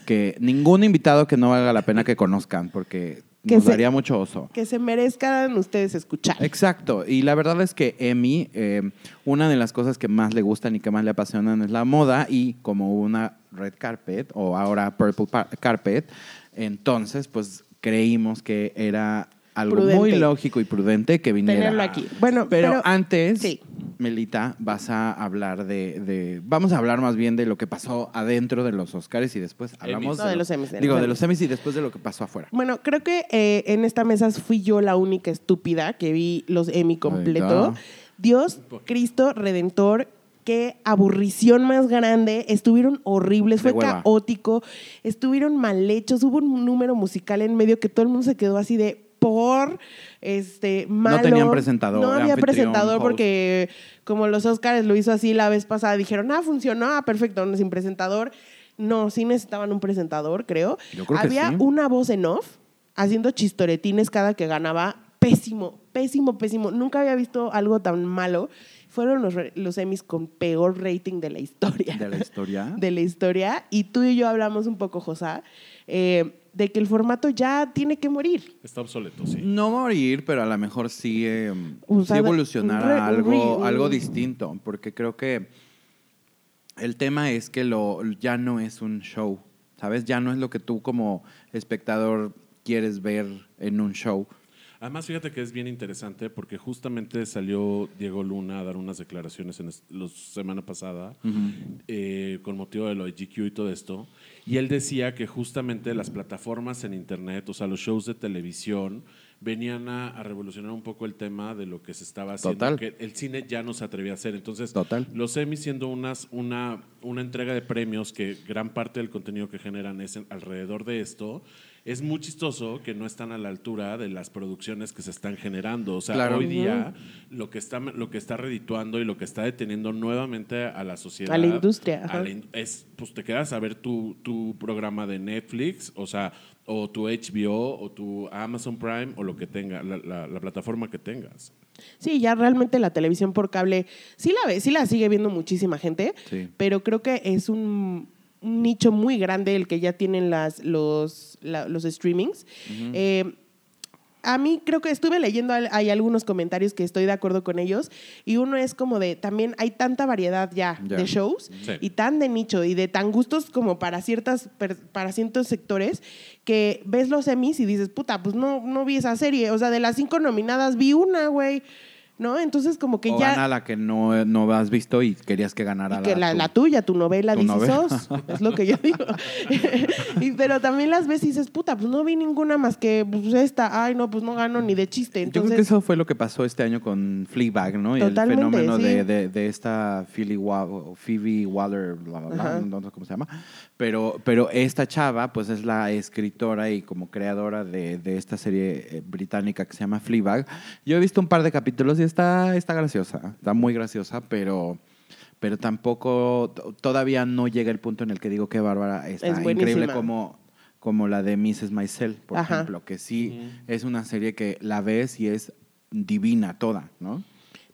Speaker 2: que ningún invitado que no valga la pena que conozcan, porque
Speaker 1: Que
Speaker 2: nos
Speaker 1: se-
Speaker 2: daría mucho oso.
Speaker 1: Que se merezcan ustedes escuchar.
Speaker 2: Exacto. Y la verdad es que Emi, eh, una de las cosas que más le gustan y que más le apasionan es la moda y como hubo una red carpet o ahora purple par- carpet, entonces pues creímos que era algo muy
Speaker 1: Prudente.
Speaker 2: lógico y prudente que viniera.
Speaker 1: Tenerlo aquí. Bueno,
Speaker 2: pero,
Speaker 1: pero-
Speaker 2: antes,
Speaker 1: sí.
Speaker 2: Melita, vas a hablar de, de- Vamos a hablar más bien de lo que pasó adentro de los Oscars y después hablamos...
Speaker 3: Emmys.
Speaker 1: No, de los Emmys, de los
Speaker 2: Digo, de
Speaker 1: Emmys.
Speaker 2: los Emmys y después de lo que pasó afuera.
Speaker 1: Bueno, creo que eh, en esta mesa fui yo la única estúpida que vi los Emmy
Speaker 2: Ahí
Speaker 1: completo.
Speaker 2: está.
Speaker 1: Dios, Cristo, Redentor, qué aburrición más grande. Estuvieron horribles,
Speaker 2: De
Speaker 1: fue
Speaker 2: hueva.
Speaker 1: caótico, estuvieron mal hechos, hubo un número musical en medio que todo el mundo se quedó así de por este malo.
Speaker 2: tenían presentador,
Speaker 1: No había
Speaker 2: anfitrión,
Speaker 1: presentador
Speaker 2: host.
Speaker 1: porque como los Oscars lo hizo así la vez pasada, dijeron, "Ah, funcionó, ah, perfecto, sin presentador." No, sí necesitaban un presentador, creo.
Speaker 2: Yo creo que
Speaker 1: Había
Speaker 2: sí.
Speaker 1: una voz en off haciendo chistoretines cada que ganaba. Pésimo, pésimo, pésimo. Nunca había visto algo tan malo. Fueron los, re- los Emmys con peor rating de la historia.
Speaker 2: De la historia.
Speaker 1: De la historia. Y tú y yo hablamos un poco, Josá, eh, de que el formato ya tiene que morir.
Speaker 3: Está obsoleto, sí.
Speaker 2: No morir, pero a lo mejor sí, eh,
Speaker 1: Usar-
Speaker 2: sí evolucionar
Speaker 1: re-
Speaker 2: a algo,
Speaker 1: re-
Speaker 2: algo distinto, porque creo que el tema es que lo, ya no es un show, ¿sabes? Ya no es lo que tú como espectador quieres ver en un show.
Speaker 3: Además, fíjate que es bien interesante porque justamente salió Diego Luna a dar unas declaraciones en es- los- semana pasada eh, con motivo de lo de GQ y todo esto. Y él decía que justamente las plataformas en Internet, o sea, los shows de televisión, venían a, a revolucionar un poco el tema de lo que se estaba haciendo.
Speaker 2: Total.
Speaker 3: Que el cine ya no se atrevía a hacer. Entonces,
Speaker 2: Total.
Speaker 3: los Emmy siendo unas, una, una entrega de premios que gran parte del contenido que generan es en- alrededor de esto, es muy chistoso que no están a la altura de las producciones que se están generando. O sea,
Speaker 2: Claro.
Speaker 3: hoy día lo que, está, lo que está redituando y lo que está deteniendo nuevamente a la sociedad.
Speaker 1: A la industria,
Speaker 3: a
Speaker 1: ajá.
Speaker 3: la in- es, pues te quedas a ver tu, tu programa de Netflix, o sea, o tu HBO, o tu Amazon Prime, o lo que tenga, la- la- la plataforma que tengas.
Speaker 1: Sí, ya realmente la televisión por cable sí la ve, sí la sigue viendo muchísima gente,
Speaker 2: Sí.
Speaker 1: pero creo que es un, un nicho muy grande el que ya tienen las, los, la- los streamings. Eh, a mí creo que estuve leyendo, al- hay algunos comentarios que estoy de acuerdo con ellos, y uno es como de, también hay tanta variedad ya,
Speaker 2: Ya.
Speaker 1: de shows
Speaker 3: Sí.
Speaker 1: y tan de nicho y de tan gustos como para ciertas per- para ciertos sectores que ves los semis y dices, puta, pues no, no vi esa serie. O sea, de las cinco nominadas vi una, güey. ¿No? Entonces como que
Speaker 2: o
Speaker 1: ya...
Speaker 2: gana la que no, no has visto y querías que ganara
Speaker 1: Y que la,
Speaker 2: tu-
Speaker 1: la tuya, tu novela,
Speaker 2: Tu
Speaker 1: dices,
Speaker 2: novela.
Speaker 1: "Sos", es lo que yo digo. Y- pero también las ves y dices, puta, pues no vi ninguna más que pues, esta. Ay, no, pues no gano ni de chiste.
Speaker 2: Yo creo que
Speaker 1: Entonces,
Speaker 2: eso fue lo que pasó este año con Fleabag, ¿no? Y el
Speaker 1: Totalmente,
Speaker 2: fenómeno
Speaker 1: sí.
Speaker 2: de, de- de esta Philly Wa- Phoebe Waller, bla, bla, bla,
Speaker 1: Ajá.
Speaker 2: no sé cómo se llama. Pero, pero esta chava, pues es la escritora y como creadora de, de esta serie eh, británica que se llama Fleabag. Yo he visto un par de capítulos y está, está graciosa, está muy graciosa, pero... pero tampoco, t- todavía no llega el punto en el que digo que Bárbara está
Speaker 1: Es buenísima.
Speaker 2: increíble como, como la de Mrs. Maisel, por
Speaker 1: Ajá.
Speaker 2: ejemplo, que sí es una serie que la ves y es divina toda, ¿no?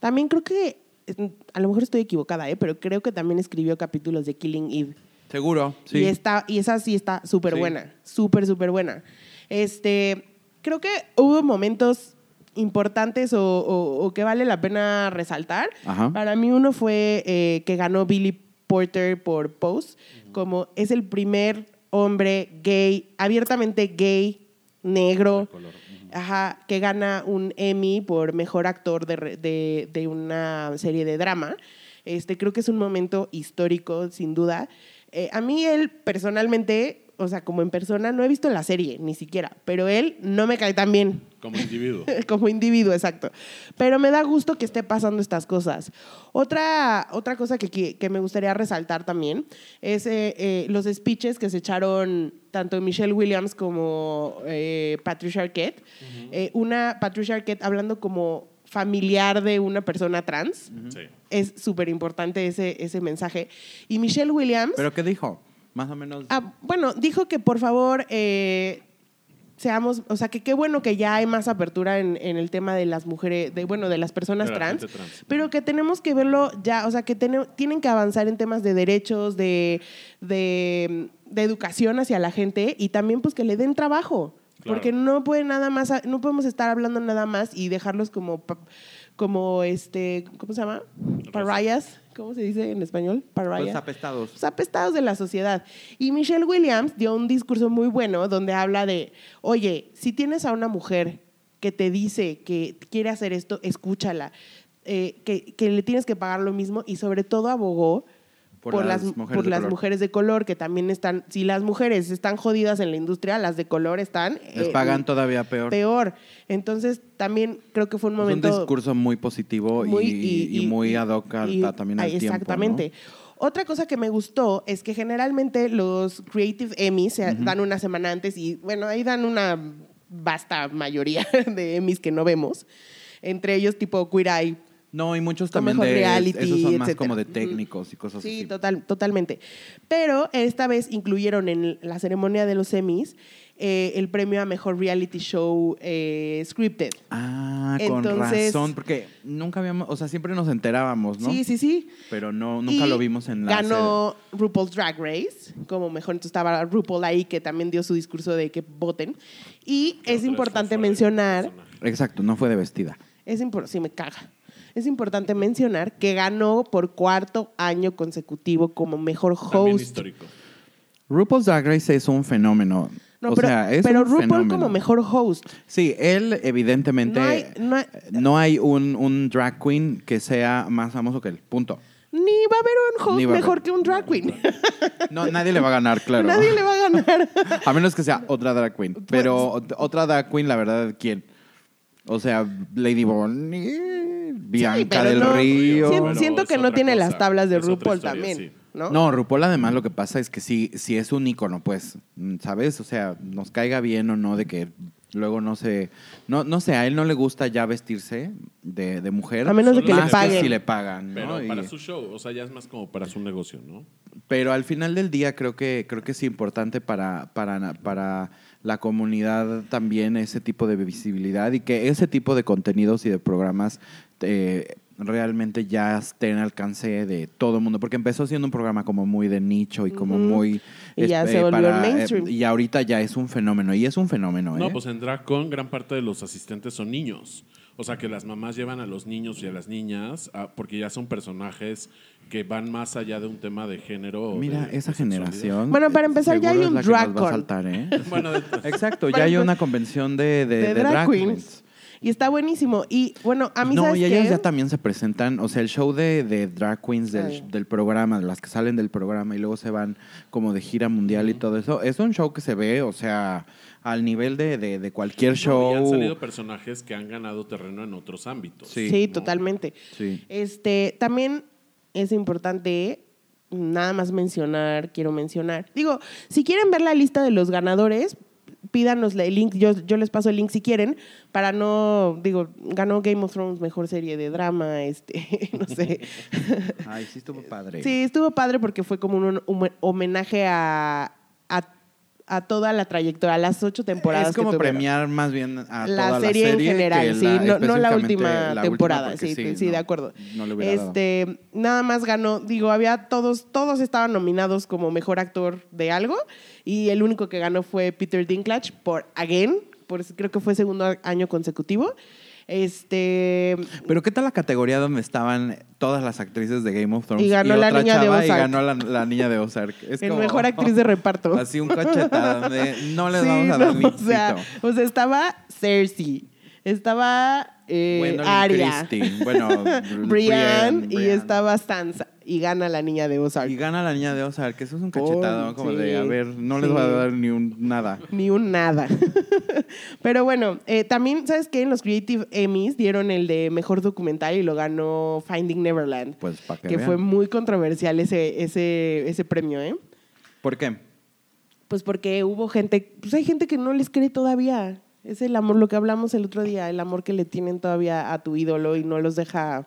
Speaker 1: También creo que, eh, a lo mejor estoy equivocada, ¿eh? pero creo que también escribió capítulos de Killing Eve.
Speaker 2: Seguro,
Speaker 1: Y, está, y esa sí está súper
Speaker 2: Sí.
Speaker 1: buena, súper, súper buena. Este, creo que hubo momentos importantes o, o- o que vale la pena resaltar.
Speaker 2: Ajá.
Speaker 1: Para mí uno fue eh, que ganó Billy Porter por Pose, como es el primer hombre gay, abiertamente gay, negro, ajá, que gana un Emmy por mejor actor de, re- de- de una serie de drama. Este, creo que es un momento histórico, sin duda. Eh, a mí él personalmente, o sea, como en persona, no he visto la serie, ni siquiera, pero él no me cae tan bien.
Speaker 3: Como individuo.
Speaker 1: Como individuo, exacto. Pero me da gusto que esté pasando estas cosas. Otra, otra cosa que, qui- que me gustaría resaltar también es eh, eh, los speeches que se echaron tanto Michelle Williams como eh, Patricia Arquette. Eh, una Patricia Arquette hablando como familiar de una persona trans.
Speaker 3: Sí.
Speaker 1: Es súper importante ese, ese mensaje. Y Michelle Williams...
Speaker 2: ¿Pero qué dijo? Más o menos...
Speaker 1: Ah, bueno, dijo que por favor eh, seamos, o sea, que qué bueno que ya hay más apertura en, en el tema de las mujeres, de, bueno, de las personas
Speaker 3: De la
Speaker 1: trans,
Speaker 3: gente trans.
Speaker 1: pero que tenemos que verlo ya, o sea, que tene- tienen que avanzar en temas de derechos, de, de, de educación hacia la gente y también pues que le den trabajo.
Speaker 3: Claro.
Speaker 1: Porque no puede nada más, no podemos estar hablando nada más y dejarlos como, pa- como este, ¿cómo se llama? Parayas, ¿cómo se dice en español? Parayas
Speaker 2: Pues apestados.
Speaker 1: pues, apestados de la sociedad. Y Michelle Williams dio un discurso muy bueno donde habla de, oye, si tienes a una mujer que te dice que quiere hacer esto, escúchala, eh, que, que le tienes que pagar lo mismo y sobre todo abogó por, las, mujeres, por
Speaker 2: de
Speaker 1: las
Speaker 2: color.
Speaker 1: mujeres de color, que también están, si las mujeres están jodidas en la industria, las de color están...
Speaker 2: Les
Speaker 1: eh,
Speaker 2: pagan todavía peor.
Speaker 1: peor. Entonces, también creo que fue un
Speaker 2: Es
Speaker 1: momento...
Speaker 2: un discurso muy positivo y- y, y muy ad hoc al-
Speaker 1: y-
Speaker 2: a- también al
Speaker 1: ay,
Speaker 2: tiempo.
Speaker 1: Exactamente. Otra cosa que me gustó es que generalmente los Creative Emmys se dan una semana antes y, bueno, ahí dan una vasta mayoría de Emmys que no vemos. Entre ellos, tipo Queer Eye.
Speaker 2: ¿no? No, y muchos
Speaker 1: Como
Speaker 2: también de...
Speaker 1: mejor reality,
Speaker 2: esos son más
Speaker 1: etcétera.
Speaker 2: como de
Speaker 1: Ujú.
Speaker 2: técnicos y cosas
Speaker 1: Sí,
Speaker 2: así.
Speaker 1: total, totalmente. Pero esta vez incluyeron en la ceremonia de los Emmys eh, el premio a mejor reality show eh, scripted.
Speaker 2: Ah,
Speaker 1: Entonces-
Speaker 2: con razón, porque nunca habíamos, o sea, siempre nos enterábamos, ¿no?
Speaker 1: Sí, sí, sí.
Speaker 2: Pero no, nunca
Speaker 1: Y
Speaker 2: lo vimos en la
Speaker 1: Ganó RuPaul's Drag Race, como mejor. Entonces estaba RuPaul ahí, que también dio su discurso de que voten. Y es
Speaker 3: Que otra vez
Speaker 1: importante
Speaker 3: fue fuera de
Speaker 1: mencionar.
Speaker 3: personaje.
Speaker 2: serie. Exacto, no fue de vestida.
Speaker 1: Es impor- sí, me caga. Es importante mencionar que ganó por cuarto año consecutivo como mejor
Speaker 3: También
Speaker 1: host.
Speaker 3: histórico.
Speaker 2: RuPaul's Drag Race es un fenómeno.
Speaker 1: No,
Speaker 2: o
Speaker 1: pero,
Speaker 2: sea, es
Speaker 1: pero
Speaker 2: un
Speaker 1: RuPaul
Speaker 2: fenómeno.
Speaker 1: como mejor host.
Speaker 2: Sí, él evidentemente
Speaker 1: No hay- no hay-
Speaker 2: no hay un, un drag queen que sea más famoso que él. Punto.
Speaker 1: Ni va a haber un
Speaker 2: Ni
Speaker 1: host
Speaker 2: va a
Speaker 1: mejor
Speaker 2: haber.
Speaker 1: que un drag queen.
Speaker 2: No, nadie le va a ganar, claro.
Speaker 1: Nadie le Pues, va a ganar.
Speaker 2: A menos que sea otra drag queen. Pero ot- otra drag queen, la verdad, ¿quién? O sea, Lady Bonnie,
Speaker 1: Sí,
Speaker 2: Bianca
Speaker 1: pero
Speaker 2: del
Speaker 1: no.
Speaker 2: Río.
Speaker 1: Sien-
Speaker 3: Pero
Speaker 1: siento
Speaker 3: es
Speaker 1: que no
Speaker 3: otra
Speaker 1: tiene las
Speaker 3: cosa.
Speaker 1: tablas de
Speaker 3: Es otra
Speaker 1: RuPaul
Speaker 3: historia,
Speaker 1: también,
Speaker 3: sí.
Speaker 1: ¿no?
Speaker 2: No, RuPaul además lo que pasa es que sí, sí es un ícono, pues, mm, ¿sabes? O sea, nos caiga bien o no de que luego no se... No, no sé, a él no le gusta ya vestirse de, de mujer.
Speaker 1: A menos
Speaker 3: de que
Speaker 2: Más
Speaker 3: le paguen.
Speaker 2: si le pagan,
Speaker 3: Pero
Speaker 2: ¿no? Y-
Speaker 3: para su show, o sea, ya es más como para su negocio, ¿no?
Speaker 2: Pero al final del día creo que, creo que es importante para, para, para la comunidad también ese tipo de visibilidad y que ese tipo de contenidos y de programas eh, realmente ya estén al alcance de todo el mundo. Porque empezó siendo un programa como muy de nicho y como muy...
Speaker 1: Y ya se volvió mainstream.
Speaker 2: eh, y ahorita ya es un fenómeno. Y es un fenómeno, ¿eh?
Speaker 3: No, pues en Drag Con gran parte de los asistentes son niños. O sea, que las mamás llevan a los niños y a las niñas a- porque ya son personajes que van más allá de un tema de género. o
Speaker 2: Mira,
Speaker 3: de-
Speaker 2: esa
Speaker 3: de sexualidad.
Speaker 2: generación... eh,
Speaker 1: Bueno, para empezar, ya
Speaker 2: seguro
Speaker 1: hay
Speaker 2: es
Speaker 1: un
Speaker 2: la que nos va a
Speaker 1: Drag Con.
Speaker 2: saltar, ¿eh?
Speaker 3: Bueno, de-
Speaker 2: Exacto,
Speaker 1: Para
Speaker 2: ya hay
Speaker 1: empe-
Speaker 2: una convención de, de-
Speaker 1: de,
Speaker 2: de
Speaker 1: drag, queens.
Speaker 2: queens.
Speaker 1: Y está buenísimo. Y bueno, a mí
Speaker 2: no,
Speaker 1: ¿sabes
Speaker 2: y ellas
Speaker 1: qué?
Speaker 2: ya también se presentan, o sea, el show de, de drag queens del,
Speaker 1: Ay.
Speaker 2: del programa, de las que salen del programa y luego se van como de gira mundial y todo eso, es un show que se ve, o sea, al nivel de, de- de cualquier
Speaker 3: no, y han
Speaker 2: show.
Speaker 3: salido personajes que han ganado terreno en otros ámbitos.
Speaker 2: Sí.
Speaker 1: Sí,
Speaker 3: ¿no?
Speaker 1: totalmente.
Speaker 2: Sí.
Speaker 1: Este, también es importante nada más mencionar, quiero mencionar. Digo, si quieren ver la lista de los ganadores, pídanos el link, yo, yo les paso el link si quieren, para no, digo, ganó Game of Thrones mejor serie de drama, este, no sé.
Speaker 2: Ay, sí estuvo padre.
Speaker 1: Sí, estuvo padre porque fue como un hom- homenaje a, a- a toda la trayectoria, a las ocho temporadas.
Speaker 2: Es como
Speaker 1: que tuvieron.
Speaker 2: premiar más bien a
Speaker 1: La
Speaker 2: toda
Speaker 1: serie
Speaker 2: la
Speaker 1: en
Speaker 2: serie
Speaker 1: general,
Speaker 2: que
Speaker 1: sí, no- no la
Speaker 2: específicamente
Speaker 1: última
Speaker 2: la
Speaker 1: temporada,
Speaker 2: porque
Speaker 1: sí, sí, de acuerdo.
Speaker 2: No le hubiera dado.
Speaker 1: Este, nada más ganó, digo, había todos, todos estaban nominados como mejor actor de algo y el único que ganó fue Peter Dinklage por Again, por, creo que fue segundo a- año consecutivo. Este,
Speaker 2: Pero ¿qué tal la categoría donde estaban todas las actrices de Game of Thrones?
Speaker 1: Y ganó la
Speaker 2: otra
Speaker 1: niña de
Speaker 2: chava Y
Speaker 1: Ozark.
Speaker 2: ganó la, la niña de Ozark. Es
Speaker 1: el
Speaker 2: como-
Speaker 1: mejor actriz de reparto.
Speaker 2: Así un cachetadón de no les
Speaker 1: Sí,
Speaker 2: vamos a
Speaker 1: no,
Speaker 2: dar ni
Speaker 1: o sea,
Speaker 2: pito.
Speaker 1: o sea, estaba Cersei, estaba eh,
Speaker 2: Gwendolyn
Speaker 1: Arya,
Speaker 2: Christie, bueno, Brienne,
Speaker 1: Brian y
Speaker 2: Brienne.
Speaker 1: estaba Sansa y gana la niña de Ozark.
Speaker 2: Y gana la niña de Ozark, que eso es un
Speaker 1: Por-
Speaker 2: cachetadón como
Speaker 1: sí,
Speaker 2: de, a ver, no les
Speaker 1: sí.
Speaker 2: voy a dar ni un nada.
Speaker 1: Ni un nada. Pero bueno, eh, también, ¿sabes qué? En los Creative Emmys dieron el de mejor documental y lo ganó Finding Neverland.
Speaker 2: Pues para que,
Speaker 1: que
Speaker 2: vean.
Speaker 1: fue muy controversial ese, ese, ese premio, ¿eh?
Speaker 2: ¿Por qué?
Speaker 1: Pues porque hubo gente, pues hay gente que no les cree todavía. Es el amor, lo que hablamos el otro día, el amor que le tienen todavía a tu ídolo y no los deja.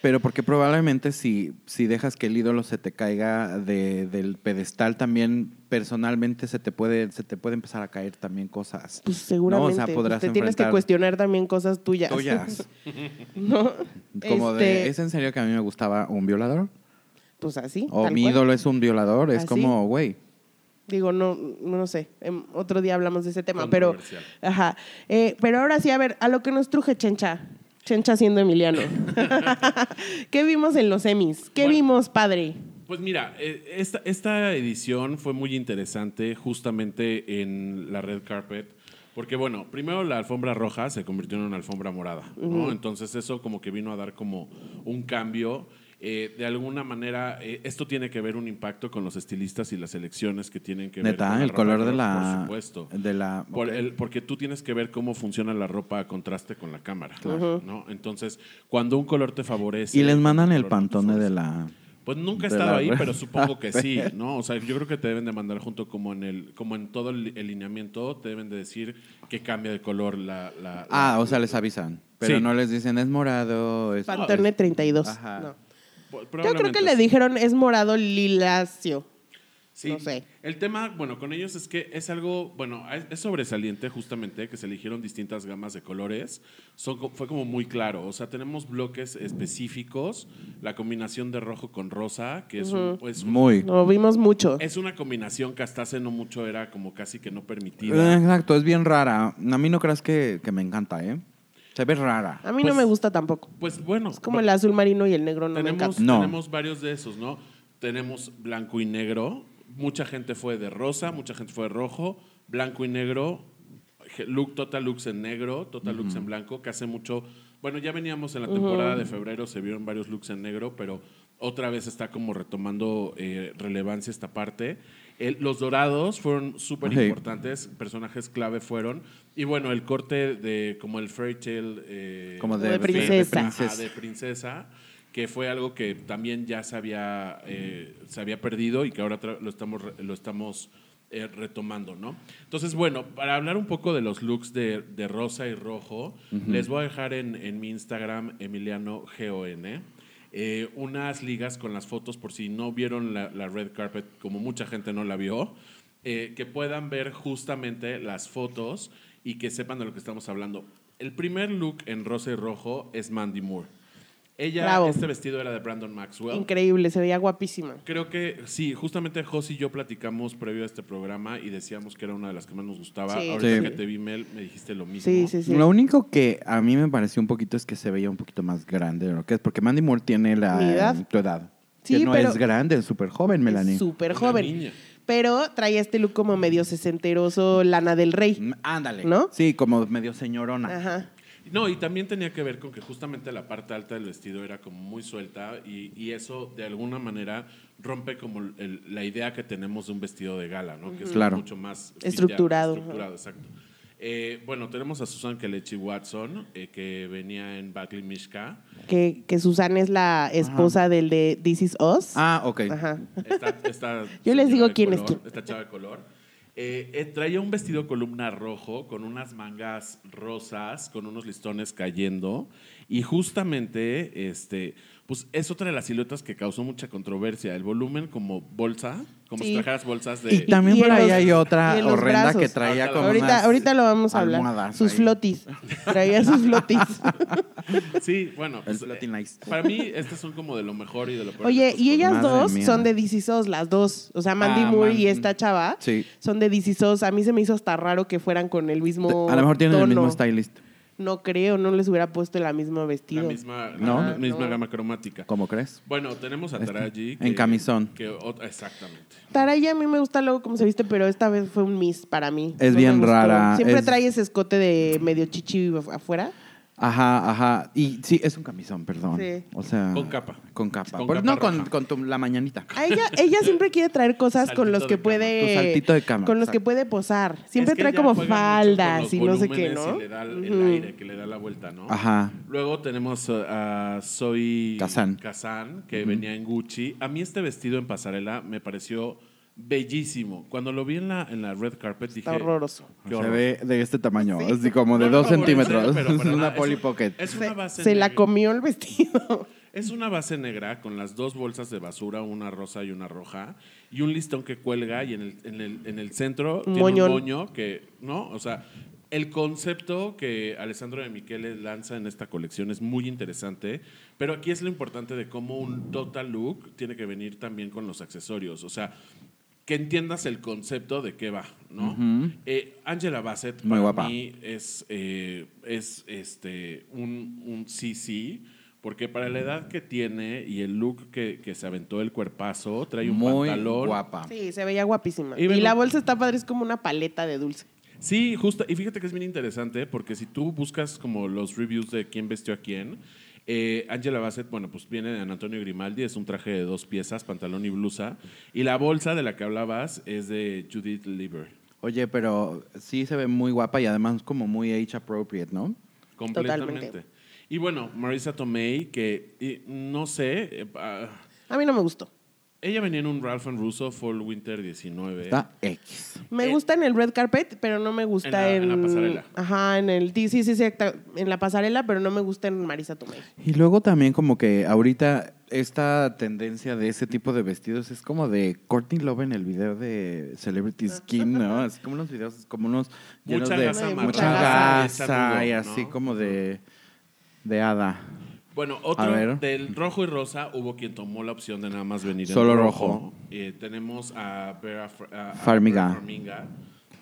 Speaker 2: Pero porque probablemente si, si dejas que el ídolo se te caiga de- del pedestal, también personalmente se te puede, se te puede empezar a caer también cosas.
Speaker 1: Pues seguramente.
Speaker 2: No, o sea, podrás
Speaker 1: pues, te tienes que
Speaker 2: enfrentar
Speaker 1: cuestionar también cosas tuyas.
Speaker 2: Tuyas.
Speaker 1: ¿No?
Speaker 2: Como de,
Speaker 1: Este,
Speaker 2: ¿es en serio que a mí me gustaba un violador?
Speaker 1: Pues así.
Speaker 2: O
Speaker 1: tal
Speaker 2: mi
Speaker 1: cual. Ah,
Speaker 2: ídolo es un violador. Es
Speaker 1: Así.
Speaker 2: como, güey.
Speaker 1: Digo, no, no sé. em, otro día hablamos de ese tema, pero.
Speaker 3: Controversial.
Speaker 1: Ajá. Eh, pero ahora sí, a ver, a lo que nos truje Chencha. Chencha siendo Emiliano. ¿Qué vimos en los Emmys? ¿Qué
Speaker 3: Bueno.
Speaker 1: vimos, padre?
Speaker 3: Pues mira, eh, esta, esta edición fue muy interesante justamente en la red carpet. Porque bueno, primero la alfombra roja se convirtió en una alfombra morada, ¿no? Entonces eso como que vino a dar como un cambio. Eh, de alguna manera, eh, esto tiene que ver un impacto con los estilistas y las elecciones que tienen que ver con
Speaker 2: Neta,
Speaker 3: la
Speaker 2: el
Speaker 3: ropa,
Speaker 2: color de
Speaker 3: por-
Speaker 2: la.
Speaker 3: Por supuesto.
Speaker 2: De la
Speaker 3: Por el- porque tú tienes que ver cómo funciona la ropa a contraste con la cámara, ¿no? Entonces, cuando un color te favorece...
Speaker 2: y les mandan el
Speaker 3: otro color no te
Speaker 2: pantone
Speaker 3: favorece.
Speaker 2: de la.
Speaker 3: Pues nunca he
Speaker 2: de
Speaker 3: estado
Speaker 2: la
Speaker 3: ahí,
Speaker 2: red.
Speaker 3: pero supongo que sí, ¿no? O sea, yo creo que te deben de mandar junto como en el, como en todo el, el lineamiento, te deben de decir que cambia de color la. la- la-
Speaker 2: Ah, o sea, les avisan. Pero
Speaker 3: Sí.
Speaker 2: no les dicen, es morado. Es...
Speaker 1: Pantone 32.
Speaker 2: Ajá.
Speaker 1: No.
Speaker 3: po-
Speaker 1: Yo creo
Speaker 3: probablemente
Speaker 1: que le
Speaker 3: sí.
Speaker 1: dijeron es morado lilacio.
Speaker 3: Sí.
Speaker 1: no sé.
Speaker 3: El tema, bueno, con ellos es que es algo, bueno, es, es sobresaliente justamente que se eligieron distintas gamas de colores. Son, co- fue como muy claro, o sea, tenemos bloques específicos, la combinación de rojo con rosa, que es, un- es un-
Speaker 2: Muy. Eh,
Speaker 1: Lo vimos mucho.
Speaker 3: es una combinación que hasta hace no mucho era como casi que no permitida.
Speaker 2: Eh, Exacto, es bien rara. A mí no creas que, que me encanta, ¿eh? Se ve rara.
Speaker 1: A mí no
Speaker 3: pues-
Speaker 1: me gusta tampoco.
Speaker 3: Pues bueno,
Speaker 1: Es como el azul marino y el negro no me
Speaker 3: tenemos,
Speaker 1: encanta.
Speaker 2: No.
Speaker 3: tenemos varios de esos, ¿no? Tenemos blanco y negro. Mucha gente fue de rosa, mucha gente fue de rojo, blanco y negro, je- look, total looks en negro, total looks en blanco, que hace mucho. Bueno, ya veníamos en la temporada de febrero, se vieron varios looks en negro, pero otra vez está como retomando eh, relevancia esta parte. El- los dorados fueron súper
Speaker 2: Sí.
Speaker 3: importantes, personajes clave fueron. Y bueno, el corte de como el fairy tale. eh,
Speaker 2: Como de,
Speaker 1: de princesa.
Speaker 2: princesa.
Speaker 3: Ajá, de princesa, que fue algo que también ya se había, eh, se había perdido y que ahora tra- lo estamos, re- lo estamos eh, retomando, ¿no? Entonces, bueno, para hablar un poco de los looks de, de rosa y rojo, les voy a dejar en, en mi Instagram, Emiliano GON. eh, unas ligas con las fotos por si no vieron la, la red carpet, como mucha gente no la vio, eh, que puedan ver justamente las fotos y que sepan de lo que estamos hablando. El primer look en rosa y rojo es Mandy Moore. Ella,
Speaker 1: Bravo.
Speaker 3: este vestido era de Brandon Maxwell.
Speaker 1: Increíble, se veía guapísima.
Speaker 3: Creo que sí, justamente Jos y yo platicamos previo a este programa y decíamos que era una de las que más nos gustaba.
Speaker 1: Sí.
Speaker 3: Ahorita
Speaker 2: Sí.
Speaker 3: que te vi, Mel, me dijiste lo mismo.
Speaker 1: Sí, sí, sí.
Speaker 2: Lo único que a mí me pareció un poquito es que se veía un poquito más grande de lo que es, porque Mandy Moore tiene la
Speaker 1: Mi edad.
Speaker 2: tu edad.
Speaker 1: Sí,
Speaker 2: que no
Speaker 1: pero-
Speaker 2: es grande, es súper joven, Melanie.
Speaker 1: Es Súper
Speaker 3: Una
Speaker 1: joven.
Speaker 3: niña.
Speaker 1: Pero traía este look como medio sesenteroso, lana del rey.
Speaker 2: Mm, Ándale.
Speaker 1: ¿No?
Speaker 2: Sí, como medio señorona.
Speaker 1: Ajá.
Speaker 3: No, y también tenía que ver con que justamente la parte alta del vestido era como muy suelta y, y eso de alguna manera rompe como el- la idea que tenemos de un vestido de gala, ¿no? Que es
Speaker 2: Claro.
Speaker 3: mucho más
Speaker 1: Estructurado.
Speaker 3: estructurado, exacto. Eh, bueno, tenemos a Susan Kelechi Watson, eh, que venía en Buckley Mishka.
Speaker 1: Que, que Susan es la esposa del de This Is Us.
Speaker 2: Ah, ok.
Speaker 1: Ajá.
Speaker 3: Esta- esta
Speaker 1: Yo les
Speaker 3: señora
Speaker 1: digo
Speaker 3: de
Speaker 1: quién es
Speaker 3: color,
Speaker 1: quién.
Speaker 3: Esta chava de color. Eh, eh, traía un vestido columna rojo con unas mangas rosas, con unos listones cayendo. Y justamente, este, pues es otra de las siluetas que causó mucha controversia. El volumen como bolsa, como
Speaker 1: Sí.
Speaker 3: si trajeras bolsas de...
Speaker 2: Y también
Speaker 1: Y en
Speaker 2: por ahí
Speaker 1: los-
Speaker 2: hay
Speaker 1: y
Speaker 2: otra
Speaker 1: en los
Speaker 2: horrenda
Speaker 1: brazos.
Speaker 2: que traía
Speaker 3: Ahorita-
Speaker 2: como
Speaker 1: Ahorita,
Speaker 2: unas
Speaker 1: ahorita lo vamos a hablar.
Speaker 2: almohadas
Speaker 1: Sus
Speaker 2: ahí.
Speaker 1: flotis. Traía sus flotis.
Speaker 3: Sí, bueno.
Speaker 2: El
Speaker 3: pues, eh,
Speaker 2: Floating Ice.
Speaker 3: Para mí, estas son como de lo mejor y de lo peor.
Speaker 1: Oye,
Speaker 3: Estos
Speaker 1: y ellas
Speaker 2: Madre
Speaker 1: dos
Speaker 2: mía.
Speaker 1: son de DC SOS, las dos. O sea, Mandy
Speaker 2: Ah,
Speaker 1: Moore
Speaker 2: man-
Speaker 1: y esta chava
Speaker 2: Sí.
Speaker 1: son de DC SOS. A mí se me hizo hasta raro que fueran con el mismo.
Speaker 2: A lo mejor tienen el
Speaker 1: tono.
Speaker 2: mismo stylist.
Speaker 1: No creo, no les hubiera puesto el mismo
Speaker 3: La
Speaker 1: vestido.
Speaker 3: misma,
Speaker 2: No.
Speaker 3: la misma
Speaker 1: No.
Speaker 3: gama cromática.
Speaker 2: ¿Cómo crees?
Speaker 3: Bueno, tenemos a
Speaker 2: Este,
Speaker 3: Taraji.
Speaker 2: en camisón.
Speaker 3: que ot- exactamente.
Speaker 1: Taraya a mí me gusta luego cómo se viste, pero esta vez fue un miss para mí.
Speaker 2: Es
Speaker 1: me
Speaker 2: bien
Speaker 1: gustó.
Speaker 2: rara,
Speaker 1: Siempre
Speaker 2: es-
Speaker 1: trae ese escote de medio chichi afuera.
Speaker 2: Ajá, ajá. Y sí, es un camisón, perdón.
Speaker 1: Sí.
Speaker 2: O sea.
Speaker 3: Con capa.
Speaker 2: Con capa.
Speaker 3: Con
Speaker 2: Por-
Speaker 3: capa
Speaker 2: no, con,
Speaker 3: roja.
Speaker 2: con tu- la mañanita.
Speaker 1: A ella, ella siempre quiere traer cosas
Speaker 3: Saltito
Speaker 1: con los
Speaker 3: de
Speaker 1: que
Speaker 3: cama.
Speaker 1: puede.
Speaker 2: Tu saltito de cama,
Speaker 1: Con los que
Speaker 2: exacto.
Speaker 1: puede posar. Siempre
Speaker 3: Es que
Speaker 1: trae
Speaker 3: ella
Speaker 1: como
Speaker 3: juega mucho con
Speaker 1: faldas
Speaker 3: los
Speaker 1: y no sé qué,
Speaker 3: volúmenes
Speaker 1: ¿no?
Speaker 3: Y le da el
Speaker 1: Ujú.
Speaker 3: aire, que le da la vuelta, ¿no?
Speaker 2: Ajá.
Speaker 3: Luego tenemos uh, a Zoe
Speaker 2: Kazan.
Speaker 3: Kazan, que venía en Gucci. A mí este vestido en pasarela me pareció bellísimo. Cuando lo vi en la, en la red carpet dije...
Speaker 1: Está horroroso.
Speaker 3: qué
Speaker 2: Se
Speaker 3: horror.
Speaker 2: ve de este tamaño,
Speaker 1: Sí.
Speaker 2: así como de
Speaker 3: No lo
Speaker 2: dos
Speaker 3: favorece,
Speaker 2: centímetros.
Speaker 3: pero
Speaker 2: Es
Speaker 3: para nada.
Speaker 2: una
Speaker 3: un-
Speaker 2: Polly Pocket.
Speaker 3: Es una
Speaker 1: Se,
Speaker 3: base
Speaker 1: se la
Speaker 3: negra.
Speaker 1: comió el vestido.
Speaker 3: Es una base negra con las dos bolsas de basura, una rosa y una roja, y un listón que cuelga y en el, en el, en el centro tiene
Speaker 1: moñón.
Speaker 3: un moño que, ¿no? O sea, el concepto que Alessandro de Michele lanza en esta colección es muy interesante, pero aquí es lo importante de cómo un total look tiene que venir también con los accesorios, o sea, que entiendas el concepto de qué va, ¿no? Eh, Angela Bassett
Speaker 2: Muy
Speaker 3: para
Speaker 2: guapa.
Speaker 3: mí es, eh, es este, un, un CC, porque para la edad que tiene y el look que, que se aventó el cuerpazo, trae un
Speaker 2: Muy
Speaker 3: pantalón.
Speaker 2: guapa.
Speaker 1: Sí, se veía guapísima.
Speaker 3: Y
Speaker 1: Y, la
Speaker 3: vengo-
Speaker 1: bolsa está padre, es como una paleta de dulce.
Speaker 3: Sí, justo. Y fíjate que es bien interesante porque si tú buscas como los reviews de quién vestió a quién, eh, Angela Bassett, bueno, pues viene de Antonio Grimaldi, es un traje de dos piezas, pantalón y blusa. Y la bolsa de la que hablabas es de Judith Lieber.
Speaker 2: Oye, pero sí se ve muy guapa y además como muy age appropriate, ¿no?
Speaker 3: Completamente.
Speaker 1: Totalmente.
Speaker 3: Y bueno, Marisa Tomei, que y no sé, eh, ah,
Speaker 1: A mí no me gustó.
Speaker 3: ella venía en un Ralph and Russo Fall Winter 19.
Speaker 2: Está X.
Speaker 1: Me
Speaker 3: Eh,
Speaker 1: gusta en el red carpet, pero no me gusta en...
Speaker 3: la- en la pasarela.
Speaker 1: Ajá, en el... Sí, sí, sí, sí, acta- en la pasarela, pero no me gusta en Marisa Tomei.
Speaker 2: Y luego también como que ahorita esta tendencia de ese tipo de vestidos es como de Courtney Love en el video de Celebrity Skin, ¿no? Así como unos videos, como unos llenos
Speaker 3: Mucha
Speaker 2: de
Speaker 3: gasa
Speaker 1: amarrada.
Speaker 2: mucha
Speaker 3: Gasa,
Speaker 2: gasa y
Speaker 3: bien
Speaker 2: así
Speaker 3: sacudo, ¿no?
Speaker 2: como de de hada.
Speaker 3: Bueno,
Speaker 2: A
Speaker 3: otro
Speaker 2: ver.
Speaker 3: del rojo y rosa hubo quien tomó la opción de nada más venir en
Speaker 2: Solo
Speaker 3: rojo.
Speaker 2: rojo.
Speaker 3: Eh, tenemos a Vera Fr- a- a
Speaker 2: Farmiga.
Speaker 3: Vera Farmiga,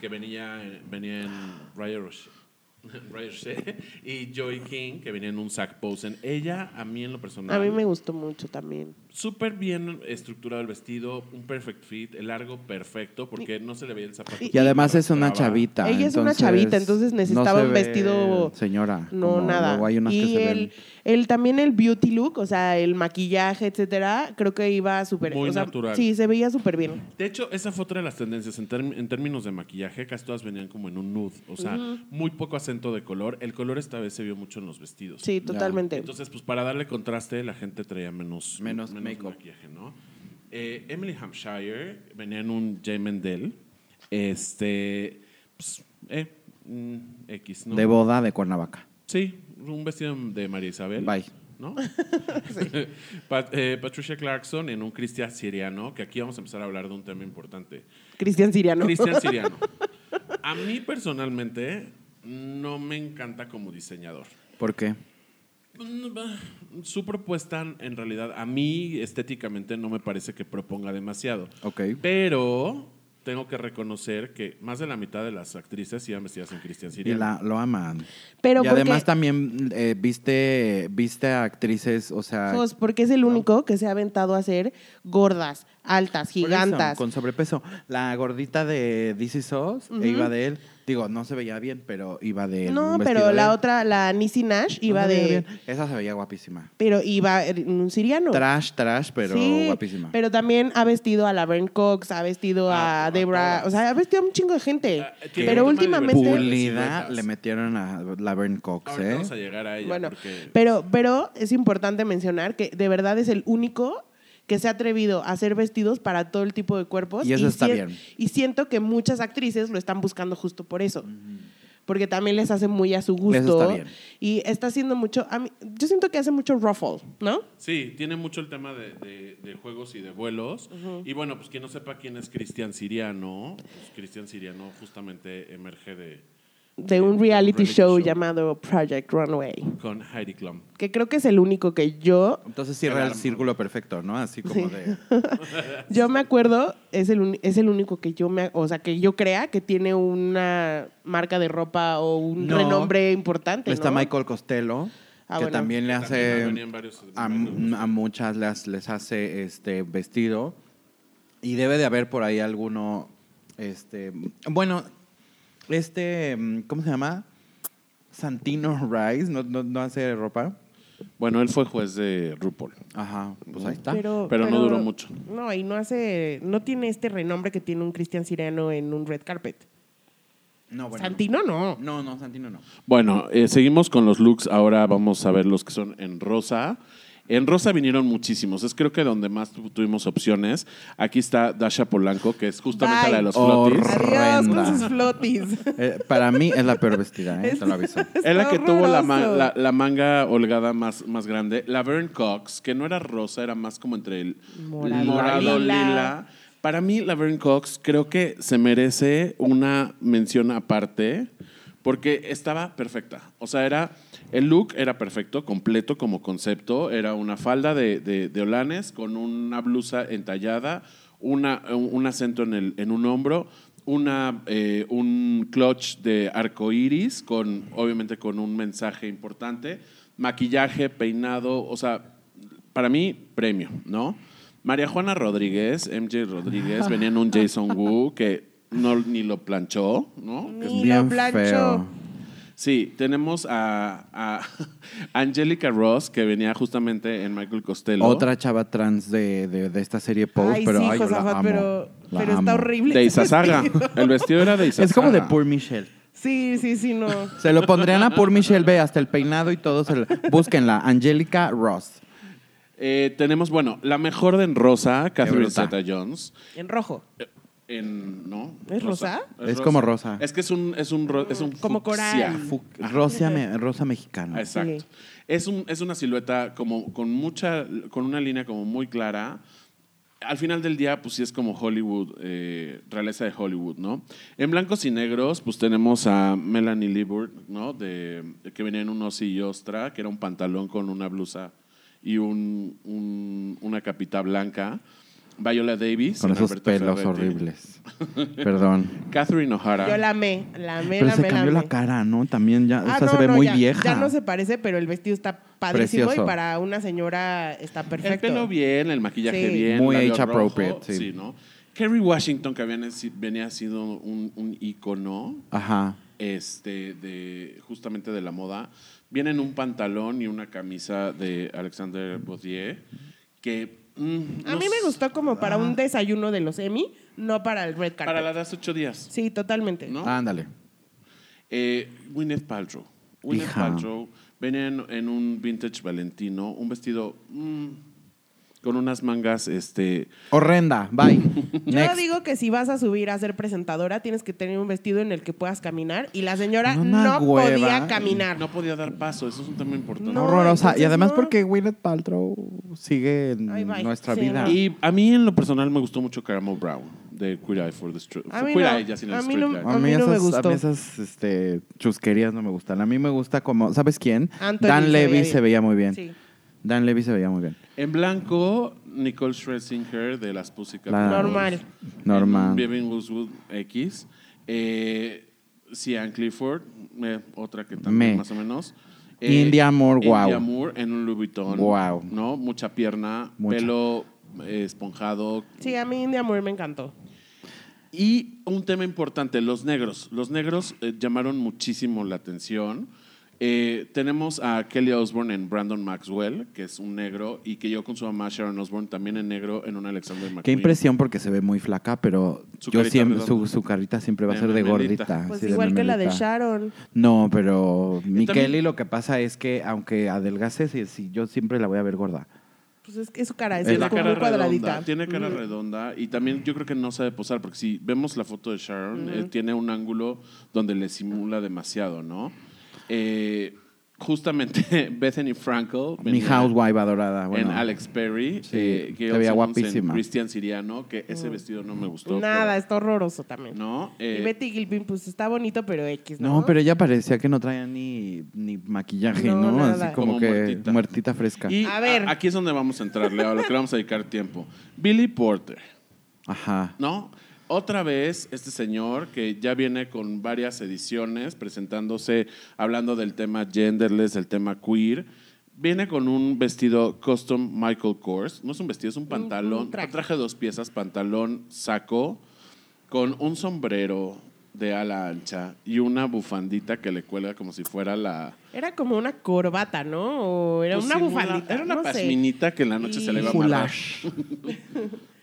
Speaker 3: que venía en, venía en Raya Roche. Raya Roche, y Joy King, que venía en un sack posen. Ella, a mí en lo personal,
Speaker 1: A mí me gustó mucho también.
Speaker 3: súper bien estructurado el vestido, un perfect fit, el largo perfecto, porque no se le veía el zapato.
Speaker 1: Y-
Speaker 2: Y además es una
Speaker 3: Traba.
Speaker 2: chavita.
Speaker 1: Ella es una
Speaker 2: entonces
Speaker 1: chavita, entonces
Speaker 2: no
Speaker 1: necesitaba
Speaker 2: se
Speaker 1: un
Speaker 2: ve
Speaker 1: vestido-
Speaker 2: Señora.
Speaker 1: No,
Speaker 2: como
Speaker 1: nada.
Speaker 2: luego hay unas
Speaker 1: y
Speaker 2: que se
Speaker 1: el,
Speaker 2: ven-
Speaker 1: el- también el beauty look, o sea, el maquillaje, etcétera, creo que iba súper...
Speaker 3: Muy
Speaker 1: o sea,
Speaker 3: natural.
Speaker 1: Sí, se veía súper bien.
Speaker 3: De hecho, esa fue otra de las tendencias en, term- en términos de maquillaje. Casi todas venían como en un nude, o sea, muy poco acento de color. El color esta vez se vio mucho en los vestidos.
Speaker 1: Sí, totalmente.
Speaker 3: Entonces, pues para darle contraste, la gente traía menos,
Speaker 2: Menos make-up.
Speaker 3: maquillaje, ¿no? Eh, Emily Hampshire venía en un J. Mendel. Este, pues, eh, mm, X, ¿no?
Speaker 2: de boda de Cuernavaca.
Speaker 3: Sí, un vestido de María Isabel.
Speaker 2: Bye.
Speaker 3: ¿No? Pat- eh, Patricia Clarkson en un Cristian Siriano, que aquí vamos a empezar a hablar de un tema importante.
Speaker 1: Cristian Siriano.
Speaker 3: Cristian Siriano. A mí personalmente no me encanta como diseñador.
Speaker 2: ¿Por qué?
Speaker 3: Mm, bah, Su propuesta en realidad a mí estéticamente no me parece que proponga demasiado.
Speaker 2: Ok.
Speaker 3: Pero tengo que reconocer que más de la mitad de las actrices iban vestidas en Cristian
Speaker 2: Y
Speaker 3: Siriano.
Speaker 2: la, lo aman.
Speaker 1: Pero
Speaker 2: y
Speaker 1: porque-
Speaker 2: además también eh, viste, viste a actrices, o sea,
Speaker 1: Jos, porque es el único que se ha aventado a ser gordas, altas,
Speaker 2: Por eso,
Speaker 1: gigantas.
Speaker 2: Con sobrepeso. La gordita de DC Sos e iba de él. Digo, no se veía bien, pero iba de él.
Speaker 1: No,
Speaker 2: un vestido
Speaker 1: pero
Speaker 2: de
Speaker 1: la
Speaker 2: él.
Speaker 1: otra, la Nisi Nash,
Speaker 2: No
Speaker 1: iba
Speaker 2: se veía
Speaker 1: de.
Speaker 2: bien. Esa se veía guapísima.
Speaker 1: Pero iba en un siriano.
Speaker 2: Trash, trash, pero
Speaker 1: Sí,
Speaker 2: guapísima.
Speaker 1: Pero también ha vestido a la Vern Cox, ha vestido
Speaker 3: Ah,
Speaker 1: a,
Speaker 3: a
Speaker 1: Debra.
Speaker 3: todas.
Speaker 1: O sea, ha vestido a un chingo de gente.
Speaker 3: Ah, tiene
Speaker 1: pero
Speaker 3: un tema de
Speaker 1: últimamente.
Speaker 3: diversidad.
Speaker 2: Pulida
Speaker 3: Siluetas.
Speaker 2: le metieron a la Vern Cox,
Speaker 3: Ahorita
Speaker 2: ¿eh?
Speaker 3: vamos a llegar a ella
Speaker 1: Bueno,
Speaker 3: porque
Speaker 1: pero, pero es importante mencionar que de verdad es el único que se ha atrevido a hacer vestidos para todo el tipo de cuerpos.
Speaker 2: Y eso está
Speaker 1: sien-
Speaker 2: bien.
Speaker 1: Y siento que muchas actrices lo están buscando justo por eso. Porque también les hace muy a su gusto.
Speaker 2: Eso está bien.
Speaker 1: Y está haciendo mucho. a mí- yo siento que hace mucho ruffle, ¿no?
Speaker 3: Sí, tiene mucho el tema de, de- de juegos y de vuelos. Y bueno, pues quien no sepa quién es Cristian Siriano, pues Cristian Siriano justamente emerge de
Speaker 1: De un reality,
Speaker 3: reality
Speaker 1: show,
Speaker 3: show.
Speaker 1: llamado Project Runway.
Speaker 3: con Heidi Klum.
Speaker 1: Que creo que es el único que yo.
Speaker 2: Entonces cierra el círculo perfecto, ¿no? Así como de...
Speaker 1: Yo me acuerdo, es el, uni- es el único que yo me. O sea, que yo crea que tiene una marca de ropa o un
Speaker 2: No.
Speaker 1: renombre importante.
Speaker 2: Está
Speaker 1: ¿no?
Speaker 2: Michael Costello,
Speaker 1: Ah,
Speaker 2: que
Speaker 1: bueno.
Speaker 2: también le
Speaker 3: Que también ha
Speaker 2: hace...
Speaker 3: venido en varios-
Speaker 2: a, a muchas las- les hace este vestido. Y debe de haber por ahí alguno... Este, bueno, este... mm, ¿Cómo se llama? Santino Rice, ¿no, no, no hace ropa?
Speaker 3: Bueno, él fue juez de RuPaul.
Speaker 2: Ajá, pues ahí está.
Speaker 1: Pero,
Speaker 3: Pero no duró mucho.
Speaker 1: No, y no hace. No tiene este renombre que tiene un Cristian Siriano en un red carpet.
Speaker 2: no, bueno,
Speaker 1: Santino no.
Speaker 2: No, no, Santino no.
Speaker 3: Bueno, eh, seguimos con los looks. Ahora vamos a ver los que son en rosa. En rosa vinieron muchísimos. Es creo que donde más tu- tuvimos opciones. Aquí está Dasha Polanco, que es justamente
Speaker 1: Bye.
Speaker 3: la de los
Speaker 2: Horror.
Speaker 3: flotis.
Speaker 1: Adiós
Speaker 2: Horrenda.
Speaker 1: con sus flotis.
Speaker 2: Eh, para mí es la peor vestida, ¿eh? te lo aviso.
Speaker 3: Es la que tuvo la, ma-
Speaker 1: horroroso.
Speaker 3: la- la manga holgada más, más grande. La Vern Cox, que no era rosa, era más como entre el
Speaker 1: Morado, lila.
Speaker 3: morado, lila. Para mí, la Vern Cox creo que se merece una mención aparte porque estaba perfecta. O sea, era el look era perfecto, completo como concepto. Era una falda de, de, de olanes con una blusa entallada, una, un, un acento en, el, en un hombro, una, eh, un clutch de arco iris, con, obviamente con un mensaje importante, maquillaje, peinado, o sea, para mí, premio, ¿no? María Juana Rodríguez, MJ Rodríguez, venía en un Jason Wu que no, ni lo planchó, ¿no? Que es-
Speaker 1: Ni lo
Speaker 2: Bien
Speaker 1: planchó.
Speaker 2: feo.
Speaker 3: Sí, tenemos a, a Angelica Ross, que venía justamente en Michael Costello.
Speaker 2: Otra chava trans de, de, de esta serie Pose,
Speaker 1: Ay,
Speaker 2: pero
Speaker 1: sí,
Speaker 2: ay, yo la
Speaker 1: Josafat,
Speaker 2: amo,
Speaker 1: pero,
Speaker 2: la
Speaker 1: pero está
Speaker 2: amo.
Speaker 1: horrible.
Speaker 3: De
Speaker 1: ese
Speaker 3: Isasaga.
Speaker 1: vestido.
Speaker 3: El vestido era de Isasaga.
Speaker 2: Es como de Poor Michelle.
Speaker 1: Sí, sí, sí, no.
Speaker 2: Se lo pondrían a Poor Michelle, ve, hasta el peinado y todo. Se lo- Búsquenla, Angélica Ross.
Speaker 3: Eh, tenemos, bueno, la mejor de en rosa, Catherine
Speaker 2: bruta.
Speaker 3: Zeta-Jones.
Speaker 1: En rojo.
Speaker 3: En, ¿no
Speaker 1: ¿Es rosa?
Speaker 2: Es como rosa.
Speaker 3: es que es un es un ro- es un
Speaker 1: Como
Speaker 3: fucsia.
Speaker 1: coral.
Speaker 2: Fu- Rosa, me- rosa mexicana.
Speaker 3: Exacto.
Speaker 1: Sí.
Speaker 3: Es, un, es una silueta como con mucha, con una línea como muy clara. Al final del día, pues sí es como Hollywood, eh, realeza de Hollywood, ¿no? En blancos y negros, pues tenemos a Melanie Liebert, ¿no? De, de que venía en un osi y ostra, que era un pantalón con una blusa y un, un- una capita blanca. Viola Davis.
Speaker 2: Con
Speaker 3: en
Speaker 2: esos
Speaker 3: Alberto
Speaker 2: pelos
Speaker 3: Ferretti.
Speaker 2: horribles. Perdón.
Speaker 3: Catherine O'Hara.
Speaker 1: Yo la amé, la amé,
Speaker 2: Pero
Speaker 1: la
Speaker 2: se
Speaker 1: amé, la
Speaker 2: cambió la
Speaker 1: amé.
Speaker 2: cara, ¿no? También ya,
Speaker 1: Ah,
Speaker 2: o sea,
Speaker 1: no,
Speaker 2: se ve
Speaker 1: no,
Speaker 2: muy
Speaker 1: ya,
Speaker 2: vieja.
Speaker 1: Ya no se parece, pero el vestido está padrísimo
Speaker 2: Precioso.
Speaker 1: y para una señora está perfecto.
Speaker 3: El pelo bien, el maquillaje
Speaker 1: Sí.
Speaker 3: bien.
Speaker 2: Muy
Speaker 3: labio
Speaker 2: age
Speaker 3: rojo,
Speaker 2: appropriate, sí.
Speaker 3: ¿no? Kerry Washington, que había naci- venía siendo un, un ícono
Speaker 2: Ajá.
Speaker 3: este, de, justamente de la moda, viene en un pantalón y una camisa de Alexander Baudier, que... mm,
Speaker 1: A
Speaker 3: no
Speaker 1: mí
Speaker 3: sé,
Speaker 1: me gustó como para un desayuno de los Emmy, no para el Red Carpet.
Speaker 3: Ah. Para la de hace ocho días,
Speaker 1: Sí, totalmente.
Speaker 3: ¿no?
Speaker 2: Ándale.
Speaker 3: Eh, Gwyneth Paltrow. Gwyneth
Speaker 2: Hija.
Speaker 3: Paltrow venía en, en un vintage Valentino, un vestido mm, con unas mangas, este...
Speaker 2: Horrenda. Bye. Next.
Speaker 1: Yo digo que si vas a subir a ser presentadora, tienes que tener un vestido en el que puedas caminar y la señora
Speaker 2: Una
Speaker 1: no
Speaker 2: hueva.
Speaker 1: podía caminar.
Speaker 3: No podía dar paso, eso es un tema importante.
Speaker 1: No,
Speaker 2: Horrorosa. Y
Speaker 1: entonces
Speaker 2: además
Speaker 1: no.
Speaker 2: porque Gwyneth Paltrow sigue en
Speaker 1: Ay, bye.
Speaker 2: nuestra
Speaker 1: Sí,
Speaker 2: vida.
Speaker 1: no.
Speaker 3: Y a mí en lo personal me gustó mucho Caramel Brown de Queer Eye for the Street.
Speaker 1: A mí
Speaker 3: Queer
Speaker 1: no,
Speaker 3: Eye ya sin el
Speaker 1: a mí
Speaker 3: Street
Speaker 1: no-
Speaker 3: Light.
Speaker 1: a mí no me gustó.
Speaker 2: A mí esas este, chusquerías no me gustan. A mí me gusta como, ¿sabes quién?
Speaker 1: Anthony
Speaker 2: Dan
Speaker 1: se
Speaker 2: Levy
Speaker 1: veía
Speaker 2: se veía muy bien.
Speaker 1: Sí.
Speaker 2: Dan Levy se veía muy bien.
Speaker 3: En blanco, Nicole Scherzinger de las Pussycat
Speaker 2: La-
Speaker 3: Dolls.
Speaker 1: Normal.
Speaker 2: Normal.
Speaker 3: Vivian Westwood X. Eh, Cian Clifford, eh, otra que también
Speaker 2: Me.
Speaker 3: más o menos. Eh,
Speaker 2: India Moore, guau.
Speaker 3: India Moore en un Louis Vuitton.
Speaker 2: Guau.
Speaker 3: ¿No? Mucha pierna,
Speaker 2: Mucha.
Speaker 3: pelo eh, esponjado,
Speaker 1: Sí, a mí India Moore me encantó.
Speaker 3: Y un tema importante, los negros. Los negros eh, llamaron muchísimo la atención. Eh, tenemos a Kelly Osbourne en Brandon Maxwell, que es un negro, y que yo con su mamá Sharon Osbourne también en negro en un Alexander McQueen.
Speaker 2: Qué impresión porque se ve muy flaca, pero
Speaker 3: Su
Speaker 2: yo
Speaker 3: carita
Speaker 2: siempre, su,
Speaker 3: redonda.
Speaker 2: su carita siempre va a
Speaker 3: De
Speaker 2: ser de
Speaker 3: memelita.
Speaker 2: gordita.
Speaker 1: Pues
Speaker 2: sí, de
Speaker 1: igual que la de
Speaker 2: memelita.
Speaker 1: Sharon.
Speaker 2: No, pero
Speaker 3: también-
Speaker 2: Mikeli lo que pasa es que aunque adelgace, sí, sí, yo siempre la voy a ver gorda.
Speaker 1: Pues es, es su cara, es,
Speaker 3: Tiene
Speaker 1: como
Speaker 3: cara
Speaker 1: muy cuadradita. Mm.
Speaker 3: redonda, tiene cara redonda y también yo creo que no sabe posar porque si vemos la foto de Sharon eh, tiene un ángulo donde le simula demasiado, ¿no? Eh, justamente Bethany Frankel,
Speaker 2: Mi
Speaker 3: venía
Speaker 2: housewife adorada. bueno.
Speaker 3: en Alex Perry,
Speaker 2: Sí,
Speaker 3: eh,
Speaker 2: se
Speaker 3: Gail
Speaker 2: veía
Speaker 3: Simmons en
Speaker 2: guapísima.
Speaker 3: Cristian Siriano, que ese vestido no me gustó.
Speaker 1: Mm. Nada, está horroroso también.
Speaker 3: pero- ¿no?
Speaker 1: y
Speaker 3: Eh,
Speaker 1: Betty Gilpin, pues está bonito, pero X, ¿no?
Speaker 2: No, pero ella parecía que no traía ni, ni maquillaje,
Speaker 1: No,
Speaker 2: ¿no?
Speaker 1: nada.
Speaker 2: Así como,
Speaker 3: Como
Speaker 2: que
Speaker 3: muertita.
Speaker 2: muertita, fresca.
Speaker 3: y
Speaker 1: A ver.
Speaker 3: aquí es donde vamos a entrar, Leo, a lo que le vamos a dedicar tiempo. Billy Porter.
Speaker 2: Ajá.
Speaker 3: ¿no? Otra vez, este señor que ya viene con varias ediciones presentándose, hablando del tema genderless, del tema queer, viene con un vestido custom Michael Kors. No es un vestido, es un pantalón.
Speaker 1: un traje.
Speaker 3: traje de dos piezas, pantalón, saco, con un sombrero de ala ancha y una bufandita que le cuelga como si fuera la...
Speaker 1: Era como una corbata, ¿no? O era
Speaker 3: Pues
Speaker 1: una
Speaker 3: sí,
Speaker 1: bufandita.
Speaker 3: Era una
Speaker 1: no sé.
Speaker 3: pasminita que en la noche se le iba a amarrar.
Speaker 2: Flash.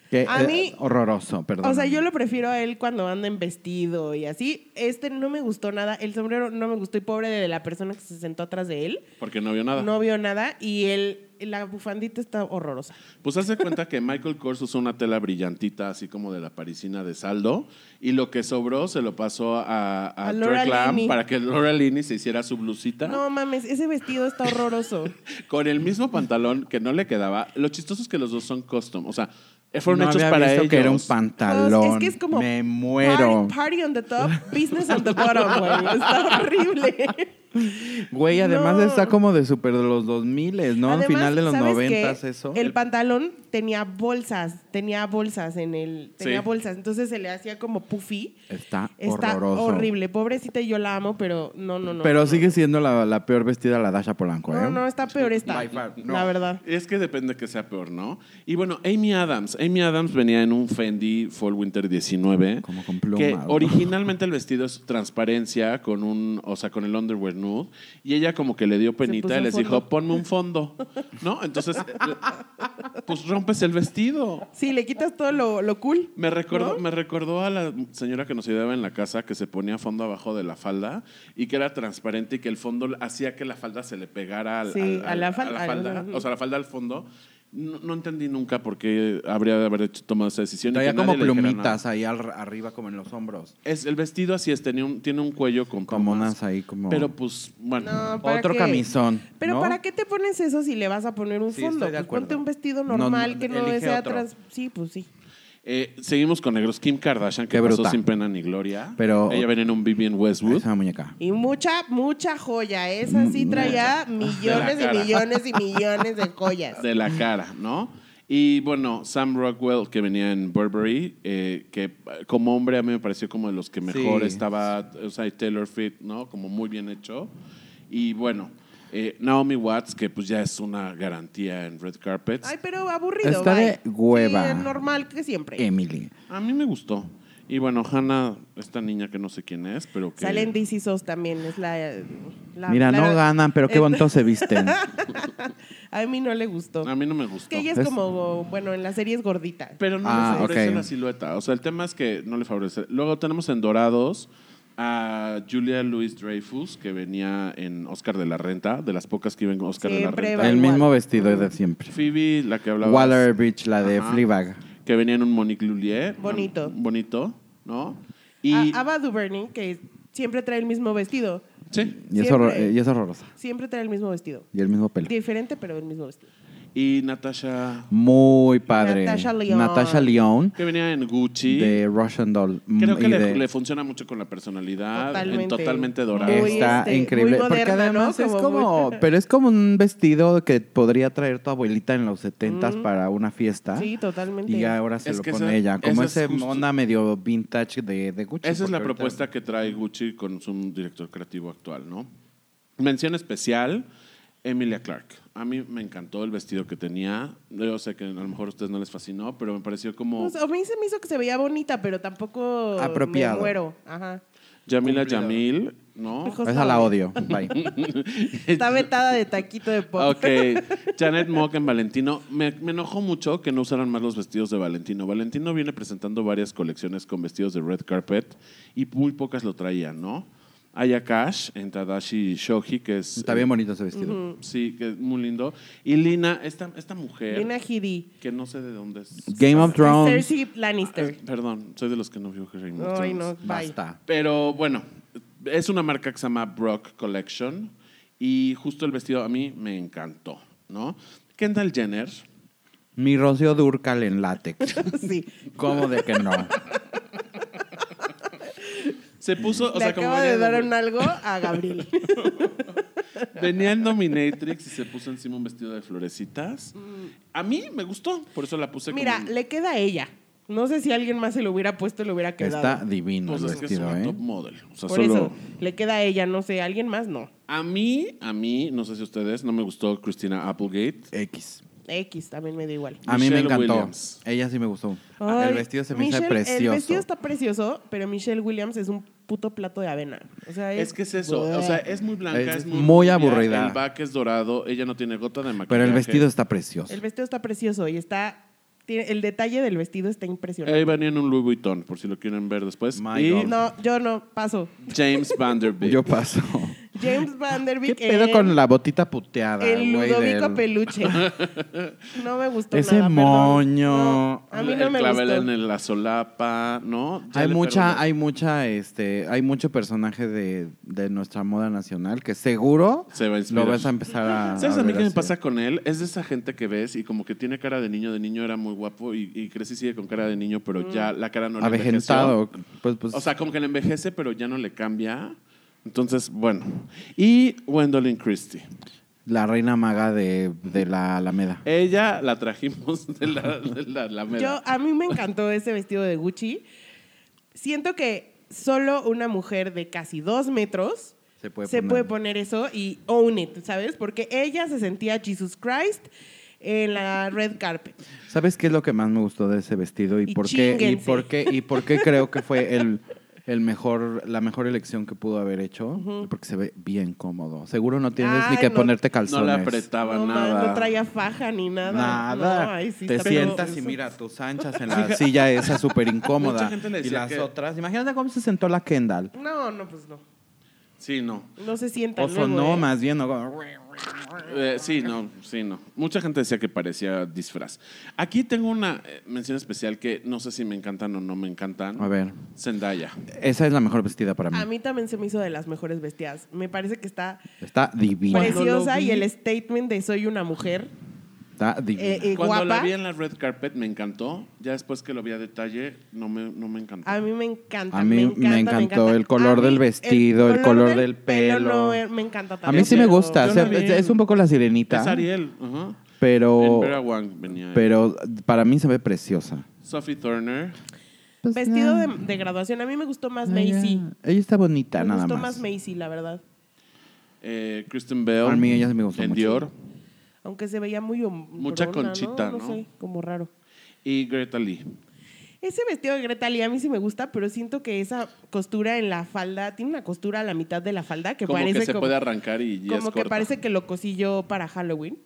Speaker 2: Que,
Speaker 1: A
Speaker 2: eh,
Speaker 1: mí-
Speaker 2: horroroso, perdón.
Speaker 1: O sea, yo lo prefiero a él cuando anda en vestido y así. Este no me gustó nada. El sombrero no me gustó y pobre de la persona que se sentó atrás de él.
Speaker 3: Porque no vio nada.
Speaker 1: No vio nada y él, la bufandita está horrorosa.
Speaker 3: Pues hace cuenta que Michael Kors usó una tela brillantita, así como de la parisina de saldo, y lo que sobró se lo pasó a, a,
Speaker 1: A Laura
Speaker 3: Troy Clam
Speaker 1: Linney.
Speaker 3: para que Laura Linney se hiciera su blusita
Speaker 1: No mames, ese vestido está horroroso.
Speaker 3: con el mismo pantalón que no le quedaba. Lo chistoso es que los dos son custom, o sea, eh, fueron
Speaker 2: no
Speaker 3: hechos
Speaker 2: había
Speaker 3: para
Speaker 2: visto
Speaker 3: ellos.
Speaker 2: que era un pantalón.
Speaker 1: es que es como
Speaker 2: Me muero.
Speaker 1: Party, party on the top, business on the bottom, güey. Está horrible.
Speaker 2: Güey, además
Speaker 1: No.
Speaker 2: está como de super de los 2000, ¿no? Al
Speaker 1: Además,
Speaker 2: final de los
Speaker 1: ¿sabes
Speaker 2: 90
Speaker 1: qué?
Speaker 2: eso.
Speaker 1: El pantalón tenía bolsas, tenía bolsas en el, tenía bolsas, entonces se le hacía como puffy.
Speaker 2: Está,
Speaker 1: Está
Speaker 2: horroroso.
Speaker 1: horrible, pobrecita, yo la amo, pero no, no, no.
Speaker 2: Pero
Speaker 1: no.
Speaker 2: sigue siendo la, la peor vestida la Dasha Polanco, ¿eh?
Speaker 1: No, no, está peor esta.
Speaker 2: By far, no.
Speaker 1: La verdad.
Speaker 3: Es que depende que sea peor, ¿no? Y bueno, Amy Adams. Amy Adams venía en un Fendi Fall Winter 19.
Speaker 2: Como con pluma,
Speaker 3: Que
Speaker 2: ¿no?
Speaker 3: originalmente el vestido es transparencia con un, o sea, con el underwear nude. Y ella como que le dio
Speaker 1: puso
Speaker 3: penita y
Speaker 1: un
Speaker 3: les
Speaker 1: fondo.
Speaker 3: dijo, ponme un fondo, ¿no? Entonces, pues rompes el vestido.
Speaker 1: Sí, le quitas todo lo, lo cool.
Speaker 3: Me recordó, me recordó a la señora que nos ayudaba en la casa que se ponía fondo abajo de la falda y que era transparente y que el fondo hacía que la falda se le pegara al-
Speaker 1: Sí,
Speaker 3: al-
Speaker 1: a
Speaker 3: al-
Speaker 1: la falda,
Speaker 3: falda,
Speaker 1: al-
Speaker 3: o sea, la falda al fondo. No, no entendí nunca por qué habría de haber hecho- tomado esa decisión. y
Speaker 2: Traía
Speaker 3: que
Speaker 2: como
Speaker 3: nadie le dijera
Speaker 2: plumitas ahí al- arriba, como en los hombros.
Speaker 3: nada. Es, el vestido así es, tenía un, tiene un cuello con
Speaker 2: Como
Speaker 3: plumas,
Speaker 2: unas ahí, como.
Speaker 3: Pero pues, bueno.
Speaker 1: No, ¿para
Speaker 2: otro
Speaker 1: qué?
Speaker 2: camisón.
Speaker 1: Pero
Speaker 2: ¿no?
Speaker 1: ¿para qué te pones eso si le vas a poner un
Speaker 2: Sí,
Speaker 1: fondo?
Speaker 2: estoy de
Speaker 1: Pues
Speaker 2: acuerdo.
Speaker 1: ponte un vestido
Speaker 2: No, no,
Speaker 1: normal que no
Speaker 2: elige
Speaker 1: sea
Speaker 2: otro.
Speaker 1: trans. Sí, pues sí.
Speaker 3: Eh, seguimos con negros. Kim Kardashian, que
Speaker 2: Qué
Speaker 3: pasó
Speaker 2: bruta.
Speaker 3: sin pena ni gloria.
Speaker 2: Pero-
Speaker 3: Ella venía en un Vivian Westwood.
Speaker 2: Esa muñeca.
Speaker 1: Y mucha, mucha joya. Esa
Speaker 2: Mm,
Speaker 1: sí traía millones y
Speaker 3: cara.
Speaker 1: millones y millones de joyas.
Speaker 3: de la cara, ¿no? Y bueno, Sam Rockwell, que venía en Burberry, eh, que eh, como hombre a mí me pareció como de los que mejor
Speaker 2: Sí.
Speaker 3: estaba, o sea, Taylor Fit, ¿no? Como muy bien hecho. Y bueno, eh, Naomi Watts, que pues ya es una garantía en Red Carpets.
Speaker 1: Ay, pero aburrido.
Speaker 2: Está de
Speaker 1: bye.
Speaker 2: hueva. Em,
Speaker 1: Sí, normal que siempre.
Speaker 2: Emily.
Speaker 3: A mí me gustó. Y bueno, Hannah, esta niña que no sé quién es, pero que...
Speaker 1: Salen DC SOS también. Es la. eh, la-
Speaker 2: Mira,
Speaker 1: la-
Speaker 2: no ganan, pero qué
Speaker 1: Eh,
Speaker 2: bonito se visten.
Speaker 1: A mí no le gustó.
Speaker 3: A mí no me gustó.
Speaker 1: Que ella es
Speaker 2: Es-
Speaker 1: como, bueno, en la serie es gordita.
Speaker 3: Pero no
Speaker 2: Ah,
Speaker 3: le favorece
Speaker 2: ok.
Speaker 3: la silueta. O sea, el tema es que no le favorece. Luego tenemos en Dorados a Julia Louis Dreyfus, que venía en Oscar de la Renta, de las pocas que iban con Oscar
Speaker 1: Siempre
Speaker 3: de la
Speaker 1: va.
Speaker 3: Renta.
Speaker 2: El
Speaker 1: igual.
Speaker 2: mismo vestido de siempre.
Speaker 3: Phoebe, la que hablaba.
Speaker 2: Waller Beach, la de
Speaker 3: Ajá.
Speaker 2: Fleabag.
Speaker 3: Que venía en un Monique Lullier.
Speaker 1: Bonito.
Speaker 3: Un- bonito, ¿no? Y.
Speaker 1: Y... Ava DuVernay, que siempre trae el mismo vestido.
Speaker 2: Y
Speaker 3: sí.
Speaker 2: es,
Speaker 1: Siempre.
Speaker 2: horror- eh, y es horrorosa.
Speaker 1: Siempre trae el mismo vestido.
Speaker 2: Y el mismo pelo.
Speaker 1: Diferente, pero el mismo vestido.
Speaker 3: Y Natasha,
Speaker 2: Muy padre.
Speaker 1: Natasha Lyonne.
Speaker 2: Natasha Lyonne,
Speaker 3: que venía en Gucci.
Speaker 2: de Russian Doll. Mm,
Speaker 3: Creo que
Speaker 2: y
Speaker 3: le,
Speaker 2: de-
Speaker 3: le funciona mucho con la personalidad.
Speaker 1: Totalmente.
Speaker 3: En totalmente dorado.
Speaker 1: Muy,
Speaker 2: Está
Speaker 1: este,
Speaker 2: increíble.
Speaker 1: muy
Speaker 2: Porque
Speaker 1: moderna, ¿no?
Speaker 2: además es
Speaker 1: Como
Speaker 2: como.
Speaker 1: muy-
Speaker 2: Pero es como un vestido que podría traer tu abuelita en los 70s para una fiesta.
Speaker 1: Mm. Sí, totalmente.
Speaker 2: Y ahora se
Speaker 3: Es
Speaker 2: lo
Speaker 3: que
Speaker 2: pone
Speaker 3: esa-
Speaker 2: ella. Como
Speaker 3: esa es
Speaker 2: ese
Speaker 3: justo-
Speaker 2: onda medio vintage de, de Gucci.
Speaker 3: Esa es la
Speaker 2: porque ahorita-
Speaker 3: propuesta que trae Gucci con su director creativo actual, ¿no? Mención especial, Emilia Clark. A mí me encantó el vestido que tenía. Yo sé que a lo mejor a ustedes no les fascinó, pero me pareció como
Speaker 1: Pues, a mí se me hizo que se veía bonita, pero tampoco
Speaker 2: Apropiado.
Speaker 1: me muero. Ajá.
Speaker 3: Yamila
Speaker 2: cumplidora.
Speaker 3: Yamil, ¿no?
Speaker 1: Mejor
Speaker 2: Esa la odio. Bye.
Speaker 1: Está vetada de taquito de pop.
Speaker 3: Ok, Janet Mock en Valentino. Me, me enojó mucho que no usaran más los vestidos de Valentino. Valentino viene presentando varias colecciones con vestidos de red carpet y muy pocas lo traían, ¿no? Aya Cash en Tadashi Shoji, que es.
Speaker 2: Está bien bonito ese vestido.
Speaker 3: Sí, que es muy lindo. Y Lina, esta, esta mujer,
Speaker 1: Lena Headey.
Speaker 3: que no sé de dónde es.
Speaker 2: Game of Thrones.
Speaker 1: Cersei Lannister.
Speaker 3: Eh, Perdón, soy de los que no vio Game of
Speaker 1: Ay, no,
Speaker 3: Thrones.
Speaker 1: bye.
Speaker 2: Basta.
Speaker 3: Pero bueno, es una marca que se llama Brock Collection y justo el vestido a mí me encantó, ¿no? Kendall Jenner,
Speaker 2: Mi Rocío Durcal en látex.
Speaker 1: Sí.
Speaker 2: ¿Cómo de que no?
Speaker 3: Se puso, o
Speaker 1: Le
Speaker 3: sea, como
Speaker 1: acaba de
Speaker 3: venía en
Speaker 1: dar
Speaker 3: domi-
Speaker 1: un algo a Gabriel.
Speaker 3: venía en Dominatrix y se puso encima un vestido de florecitas. A mí me gustó, por eso la puse
Speaker 1: Mm. Mira,
Speaker 3: como...
Speaker 1: le queda a ella. No sé si alguien más se lo hubiera puesto y lo hubiera quedado.
Speaker 2: Está divino
Speaker 3: Pues
Speaker 2: el
Speaker 3: es que es
Speaker 2: vestido,
Speaker 3: una
Speaker 2: ¿eh?
Speaker 3: top model. O sea,
Speaker 1: Por
Speaker 3: solo...
Speaker 1: eso, le queda a ella, no sé, alguien más no.
Speaker 3: A mí, a mí, no sé si ustedes, no me gustó Christina Applegate.
Speaker 2: X.
Speaker 1: X también me da igual.
Speaker 2: A mí me
Speaker 3: Michelle
Speaker 2: encantó.
Speaker 3: Williams.
Speaker 2: Ella sí me gustó.
Speaker 1: Ay,
Speaker 2: Ah, el vestido se me
Speaker 1: Michelle,
Speaker 2: hizo precioso.
Speaker 1: El vestido está precioso, pero Michelle Williams es un puto plato de avena. O sea,
Speaker 3: Es que es eso, o sea, es muy blanca,
Speaker 2: Es
Speaker 3: es, muy,
Speaker 2: muy
Speaker 3: rubia,
Speaker 2: aburrida.
Speaker 3: El back es dorado, ella no tiene gota de maquillaje.
Speaker 2: Pero el vestido está precioso.
Speaker 1: El vestido está precioso y está. tiene- el detalle del vestido está impresionante.
Speaker 3: Ahí venía en un Louis Vuitton, por si lo quieren ver después.
Speaker 2: My
Speaker 3: y
Speaker 2: God.
Speaker 1: No, yo no, paso.
Speaker 3: James Vanderbilt.
Speaker 2: Yo paso.
Speaker 1: James Vanderbilt.
Speaker 2: ¿Qué pedo
Speaker 1: en-
Speaker 2: con la botita puteada,
Speaker 1: El
Speaker 2: güey?
Speaker 1: Ludovico
Speaker 2: del-
Speaker 1: Peluche. No me gustó
Speaker 2: Ese
Speaker 1: nada, perdón.
Speaker 2: moño.
Speaker 1: No, a mí no
Speaker 3: el
Speaker 1: me
Speaker 3: clavel
Speaker 1: gustó.
Speaker 3: en el- la solapa, ¿no? Ya
Speaker 2: Hay
Speaker 3: le
Speaker 2: mucha,
Speaker 3: pegó.
Speaker 2: hay mucha, este, hay mucho personaje de, de nuestra moda nacional que seguro
Speaker 3: Se va a
Speaker 2: lo
Speaker 3: inspirar.
Speaker 2: vas a empezar a.
Speaker 3: ¿Sabes a mí
Speaker 2: ver
Speaker 3: qué me
Speaker 2: así.
Speaker 3: pasa con él? Es de esa gente que ves y como que tiene cara de niño, de niño era muy guapo y, y crece y sigue con cara de niño, pero ya
Speaker 1: Mm.
Speaker 3: la cara no le envejeció.
Speaker 2: Avejentado. Pues, pues,
Speaker 3: O sea, como que le envejece, pero ya no le cambia. Entonces, bueno. Y Gwendolyn Christie.
Speaker 2: la reina maga de, de la Alameda.
Speaker 3: eh, Ella la trajimos de la, de la Alameda.
Speaker 1: Yo, a mí me encantó ese vestido de Gucci. Siento que solo una mujer de casi dos metros
Speaker 2: Se puede
Speaker 1: se
Speaker 2: poner.
Speaker 1: puede poner eso y own it, ¿sabes? Porque ella se sentía Jesus Christ en la red carpet.
Speaker 2: ¿Sabes qué es lo que más me gustó de ese vestido? ¿Y,
Speaker 1: Y
Speaker 2: por, qué, y,
Speaker 1: chínguense.
Speaker 2: por, qué, y por qué creo que fue el, el mejor, la mejor elección que pudo haber hecho? Porque se ve bien cómodo. Seguro no tienes ni
Speaker 1: Ay,
Speaker 2: que
Speaker 1: no.
Speaker 2: ponerte
Speaker 3: no
Speaker 2: calzones.
Speaker 3: la apretaba
Speaker 1: No, ma,
Speaker 3: nada.
Speaker 1: no traía faja ni nada.
Speaker 2: Nada.
Speaker 1: No, ay, sí,
Speaker 2: Te
Speaker 1: está
Speaker 2: sientas
Speaker 1: penoso.
Speaker 2: y mira tus anchas en la silla esa súper incómoda.
Speaker 3: Mucha gente le
Speaker 2: y
Speaker 3: decía
Speaker 2: las
Speaker 3: que-
Speaker 2: otras. Imagínate cómo se sentó la Kendall.
Speaker 1: No, no, pues no.
Speaker 3: Sí, no.
Speaker 1: No se sienta.
Speaker 2: O
Speaker 1: luego,
Speaker 2: sonó
Speaker 1: ¿eh?
Speaker 2: más bien. ¿no?
Speaker 3: Eh, sí, no, sí, no. Mucha gente decía que parecía disfraz. Aquí tengo una eh, mención especial que no sé si me encantan o no me encantan.
Speaker 2: A ver.
Speaker 3: Zendaya.
Speaker 2: Esa es la mejor vestida para mí.
Speaker 1: A mí también se me hizo de las mejores vestidas. Me parece que está
Speaker 2: Está divina.
Speaker 1: Pues,
Speaker 3: Cuando lo
Speaker 1: preciosa y
Speaker 3: vi-
Speaker 1: el statement de soy una mujer.
Speaker 2: Está divina.
Speaker 1: eh, eh,
Speaker 3: Cuando la
Speaker 1: guapa.
Speaker 3: vi en la red carpet me encantó. Ya después que lo vi a detalle, no me, no me encantó.
Speaker 1: A mí me encanta.
Speaker 2: A mí me
Speaker 1: encanta,
Speaker 2: encantó
Speaker 1: encanta.
Speaker 2: el color
Speaker 1: A
Speaker 2: del vestido, el color del pelo.
Speaker 1: no, eh, me encanta
Speaker 2: a
Speaker 1: también.
Speaker 2: mí sí me
Speaker 1: pero-
Speaker 2: gusta.
Speaker 3: Yo
Speaker 2: o sea,
Speaker 3: la vi
Speaker 2: es,
Speaker 3: en-
Speaker 2: es un poco la sirenita.
Speaker 3: es Ariel. ajá. En
Speaker 2: Pero,
Speaker 3: Vera Wang venía. ahí.
Speaker 2: Oh, pero para mí se ve preciosa.
Speaker 3: Sophie Turner.
Speaker 2: Pues
Speaker 1: Vestido de, de graduación. A mí me gustó más
Speaker 2: Ah,
Speaker 1: Macy.
Speaker 2: Ella está bonita,
Speaker 1: me
Speaker 2: nada
Speaker 1: gustó
Speaker 2: más.
Speaker 1: más Macy, la verdad.
Speaker 3: eh, Kristen Bell.
Speaker 2: A mí ella sí me gustó
Speaker 3: En
Speaker 2: mucho.
Speaker 3: Dior.
Speaker 1: Aunque se veía muy hom-
Speaker 3: Mucha
Speaker 1: brona,
Speaker 3: conchita,
Speaker 1: ¿no?
Speaker 3: ¿no?
Speaker 1: sé, como raro.
Speaker 3: Y Greta Lee.
Speaker 1: Ese vestido de Greta Lee a mí sí me gusta, pero siento que esa costura en la falda, tiene una costura a la mitad de la falda que
Speaker 3: como
Speaker 1: parece
Speaker 3: que se
Speaker 1: como,
Speaker 3: puede arrancar y ya es
Speaker 1: como que
Speaker 3: corta.
Speaker 1: parece que lo cosí yo para Halloween.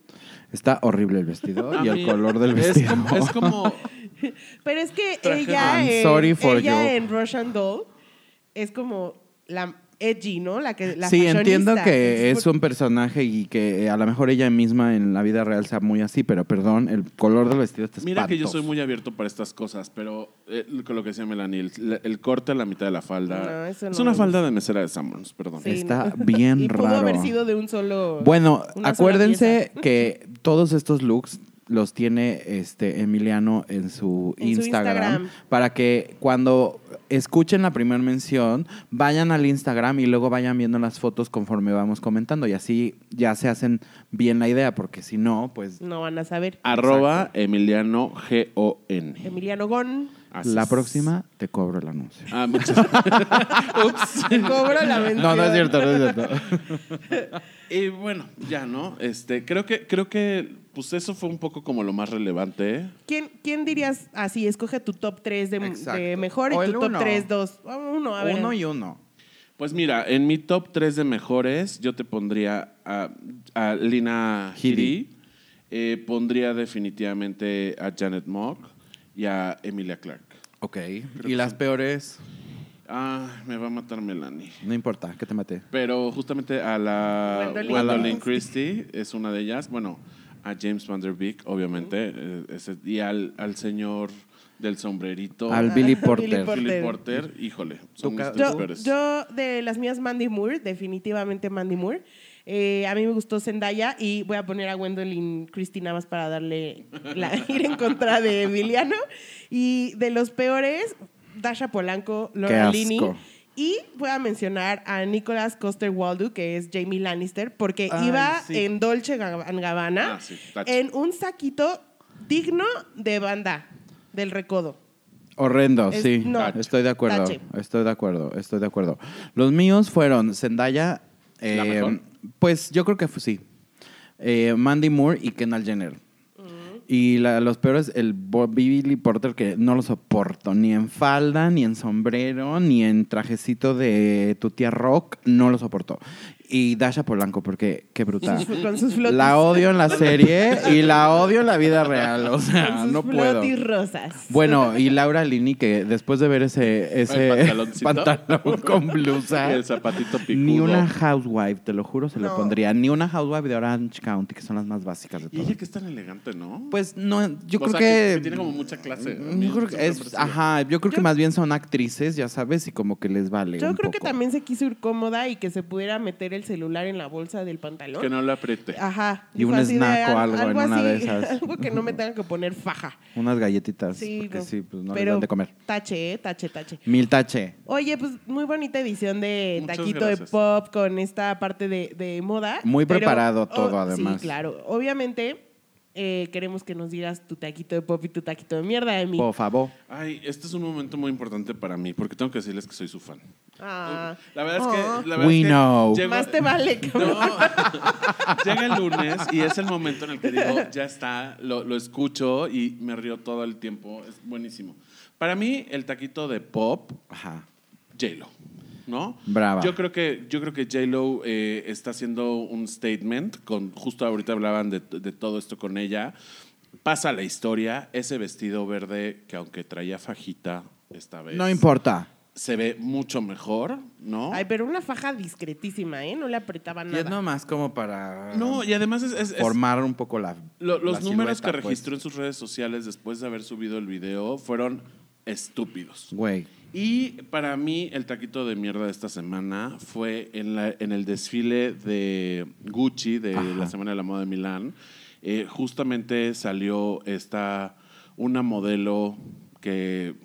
Speaker 2: Está horrible el vestido
Speaker 3: A
Speaker 2: y
Speaker 3: mí-
Speaker 2: el color del
Speaker 3: es
Speaker 2: vestido.
Speaker 3: como- es como
Speaker 1: Pero es que
Speaker 3: Traje-
Speaker 1: ella,
Speaker 2: I'm
Speaker 1: en,
Speaker 2: sorry for
Speaker 1: ella
Speaker 2: you.
Speaker 1: en Russian Doll es como la edgy, ¿no? La que la
Speaker 2: sí, entiendo
Speaker 1: fashionista.
Speaker 2: que es
Speaker 1: por-
Speaker 2: un personaje y que eh, a lo mejor ella misma en la vida real sea muy así, pero perdón, el color del vestido está
Speaker 3: Mira que yo soy
Speaker 2: espantoso.
Speaker 3: muy abierto para estas cosas, pero eh, con lo que decía Melanie, el, el corte a la mitad de la falda.
Speaker 1: No, eso
Speaker 3: es
Speaker 1: no
Speaker 3: una
Speaker 1: me
Speaker 3: falda de mesera de Sammons, perdón.
Speaker 1: Sí.
Speaker 2: Está bien
Speaker 1: y
Speaker 2: raro.
Speaker 1: pudo haber sido de un solo
Speaker 2: Bueno,
Speaker 1: una sola
Speaker 2: acuérdense
Speaker 1: pieza.
Speaker 2: que todos estos looks los tiene este Emiliano en su,
Speaker 1: En su
Speaker 2: Instagram,
Speaker 1: Instagram.
Speaker 2: para que cuando escuchen la primera mención vayan al Instagram y luego vayan viendo las fotos conforme vamos comentando y así ya se hacen bien la idea porque si no pues
Speaker 1: no van a saber.
Speaker 3: Arroba Emiliano G-O-N.
Speaker 1: Emiliano Gon
Speaker 3: Así
Speaker 2: la
Speaker 3: es.
Speaker 2: próxima te cobro el anuncio.
Speaker 3: Ah, muchas-
Speaker 1: cobra la mención.
Speaker 2: No, no es cierto, no es cierto.
Speaker 3: y bueno, ya, ¿no? Este, creo que, creo que, pues eso fue un poco como lo más relevante. ¿eh?
Speaker 1: ¿Quién, quién dirías así? Escoge tu top 3 de,
Speaker 2: Exacto.
Speaker 1: de mejor y
Speaker 2: O
Speaker 1: tu
Speaker 2: el
Speaker 1: top
Speaker 2: uno.
Speaker 1: 3, 2. Uno, a ver.
Speaker 2: Uno y uno.
Speaker 3: Pues mira, en mi top 3 de mejores, yo te pondría a, a Lina
Speaker 2: Headey.
Speaker 3: Headey, eh, pondría definitivamente a Janet Mock y a Emilia Clark.
Speaker 2: Ok. ¿Y las peores?
Speaker 3: Ah, me va a matar Melanie.
Speaker 2: No importa, que te mate.
Speaker 3: Pero justamente a la
Speaker 1: Gwendolyn
Speaker 3: Gwendolyn Christie es una de ellas. Bueno, a James Van Der Beek, obviamente. eh, ese- y al, al señor del sombrerito.
Speaker 2: Al Billy Porter.
Speaker 1: Billy Porter.
Speaker 3: Billy Porter. Híjole,
Speaker 2: Tú
Speaker 3: son mis
Speaker 2: ca-
Speaker 3: tres
Speaker 1: Yo,
Speaker 3: peores.
Speaker 1: yo, de las mías, Mandy Moore, definitivamente Mandy Moore. Eh, a mí me gustó Zendaya y voy a poner a Gwendolyn Christie nada más para darle la, ir en contra de Emiliano. Y de los peores, Dasha Polanco, Laura
Speaker 2: Qué
Speaker 1: Linney.
Speaker 2: asco.
Speaker 1: Y voy a mencionar a Nicholas Coster Waldo, que es Jamie Lannister, porque
Speaker 2: Ay,
Speaker 1: iba
Speaker 2: sí.
Speaker 1: en Dolce Gab- Gabbana,
Speaker 3: Ah, sí, tache.
Speaker 1: en un saquito digno de banda del recodo.
Speaker 2: Horrendo,
Speaker 1: Es-
Speaker 2: sí.
Speaker 1: no.
Speaker 2: Estoy de acuerdo.
Speaker 1: Tache.
Speaker 2: Estoy de acuerdo, estoy de acuerdo. Los míos fueron Zendaya.
Speaker 3: ¿La
Speaker 2: eh,
Speaker 3: mejor?
Speaker 2: Pues yo creo que fue, sí. Eh, Mandy Moore y Kendall Jenner.
Speaker 1: Mm.
Speaker 2: Y la- los peores, el Bo- Billy Porter, que no lo soporto. Ni en falda, ni en sombrero, ni en trajecito de tu tía rock, no lo soporto. Y Dasha Polanco, porque qué brutal.
Speaker 1: Con sus flotis.
Speaker 2: La odio en la serie y la odio en la vida real. O sea,
Speaker 1: con sus
Speaker 2: no puedo.
Speaker 1: flotis rosas.
Speaker 2: Bueno, y Laura Lini, que después de ver ese, ese
Speaker 3: El pantaloncito.
Speaker 2: pantalón con
Speaker 3: Y
Speaker 2: blusa,
Speaker 3: el zapatito picudo.
Speaker 2: ni una housewife, te lo juro, se
Speaker 1: No.
Speaker 2: lo pondría. Ni una housewife de Orange County, que son las más básicas de
Speaker 3: Y
Speaker 2: todas.
Speaker 3: ella que es tan elegante, ¿no?
Speaker 2: Pues no, yo
Speaker 3: O
Speaker 2: creo
Speaker 3: sea,
Speaker 2: que. Mm,
Speaker 3: Tiene como mucha clase. A mí
Speaker 2: Yo creo que
Speaker 3: siempre
Speaker 2: es-
Speaker 3: me pareció.
Speaker 2: ajá, yo creo que
Speaker 1: Yo-
Speaker 2: más bien son actrices, ya sabes, y como que les vale.
Speaker 1: Yo
Speaker 2: un
Speaker 1: creo que
Speaker 2: poco.
Speaker 1: también se quiso ir cómoda y que se pudiera meter el celular en la bolsa del pantalón.
Speaker 3: Que no la apriete.
Speaker 1: Ajá.
Speaker 2: Y
Speaker 1: Dijo
Speaker 2: un
Speaker 1: así de
Speaker 2: snack o
Speaker 1: al-
Speaker 2: algo en una de esas.
Speaker 1: Algo que no me tengan que poner faja.
Speaker 2: Unas galletitas,
Speaker 1: Sí,
Speaker 2: porque
Speaker 1: no.
Speaker 2: sí, pues no les
Speaker 1: Pero
Speaker 2: dan de comer.
Speaker 1: Tache, eh, tache, tache.
Speaker 2: Mil tache.
Speaker 1: Oye, pues muy bonita edición de
Speaker 3: Muchas
Speaker 1: Taquito de
Speaker 3: gracias.
Speaker 1: Pop con esta parte de, de moda.
Speaker 2: Muy
Speaker 1: Pero,
Speaker 2: preparado todo, además.
Speaker 1: Sí, claro. Obviamente, eh, queremos que nos digas tu taquito de pop y tu taquito de mierda de mí.
Speaker 2: Por favor.
Speaker 3: Ay, este es un momento muy importante para mí, porque tengo que decirles que soy su fan.
Speaker 1: Ah.
Speaker 3: La verdad
Speaker 1: Oh.
Speaker 3: es que. La verdad
Speaker 2: We
Speaker 3: es que
Speaker 2: know.
Speaker 3: llego-
Speaker 1: Más te vale, cabrón.
Speaker 3: No. Llega el lunes y es el momento en el que digo, ya está, lo, lo escucho y me río todo el tiempo. Es buenísimo. Para mí, el taquito de pop,
Speaker 2: Ajá.
Speaker 3: J-Lo. ¿No?
Speaker 2: Brava.
Speaker 3: Yo creo que, yo creo que J-Lo eh, está haciendo un statement. Con, justo ahorita hablaban de, de todo esto con ella. Pasa la historia, ese vestido verde que aunque traía fajita esta vez.
Speaker 2: No importa.
Speaker 3: Se ve mucho mejor, ¿no?
Speaker 1: Ay, pero una faja discretísima, ¿eh? No le apretaba
Speaker 2: Y
Speaker 1: nada.
Speaker 2: es nomás como para.
Speaker 3: no, y además es- es- es,
Speaker 2: formar un poco la.
Speaker 3: Lo- los
Speaker 2: la
Speaker 3: números
Speaker 2: silueta,
Speaker 3: que
Speaker 2: pues.
Speaker 3: registró en sus redes sociales después de haber subido el video fueron estúpidos.
Speaker 2: Güey.
Speaker 3: Y para mí el taquito de mierda de esta semana fue en, la- en el desfile de Gucci de
Speaker 2: Ajá.
Speaker 3: la Semana de la Moda de Milán. Eh, justamente salió esta una modelo que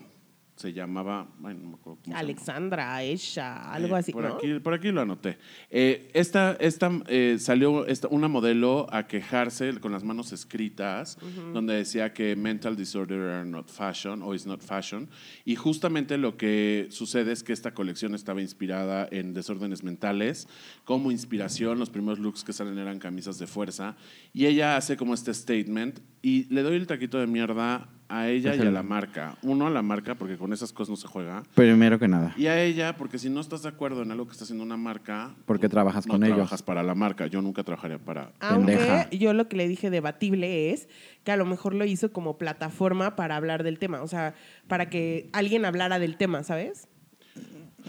Speaker 3: se llamaba, ay, no me acuerdo cómo se llama.
Speaker 1: Alexandra, ella, algo
Speaker 3: Eh,
Speaker 1: así,
Speaker 3: Por,
Speaker 1: ¿no?
Speaker 3: aquí, por aquí lo anoté. Eh, esta esta eh, salió esta- una modelo a quejarse con las manos escritas, donde decía que mental disorder are not fashion o is not fashion. Y justamente lo que sucede es que esta colección estaba inspirada en desórdenes mentales. Como inspiración, los primeros looks que salen eran camisas de fuerza. Y ella hace como este statement y le doy el taquito de mierda a ella y a
Speaker 2: Déjalo.
Speaker 3: la marca. Uno a la marca, porque con esas cosas no se juega.
Speaker 2: Primero que nada.
Speaker 3: Y a ella, porque si no estás de acuerdo en algo que está haciendo una marca.
Speaker 2: ¿Por qué trabajas
Speaker 3: no
Speaker 2: con ellos?
Speaker 3: trabajas para la marca. Yo nunca trabajaría para.
Speaker 1: Aunque
Speaker 2: Pendeja.
Speaker 1: yo lo que le dije debatible es que a lo mejor lo hizo como plataforma para hablar del tema, o sea, para que alguien hablara del tema, ¿sabes?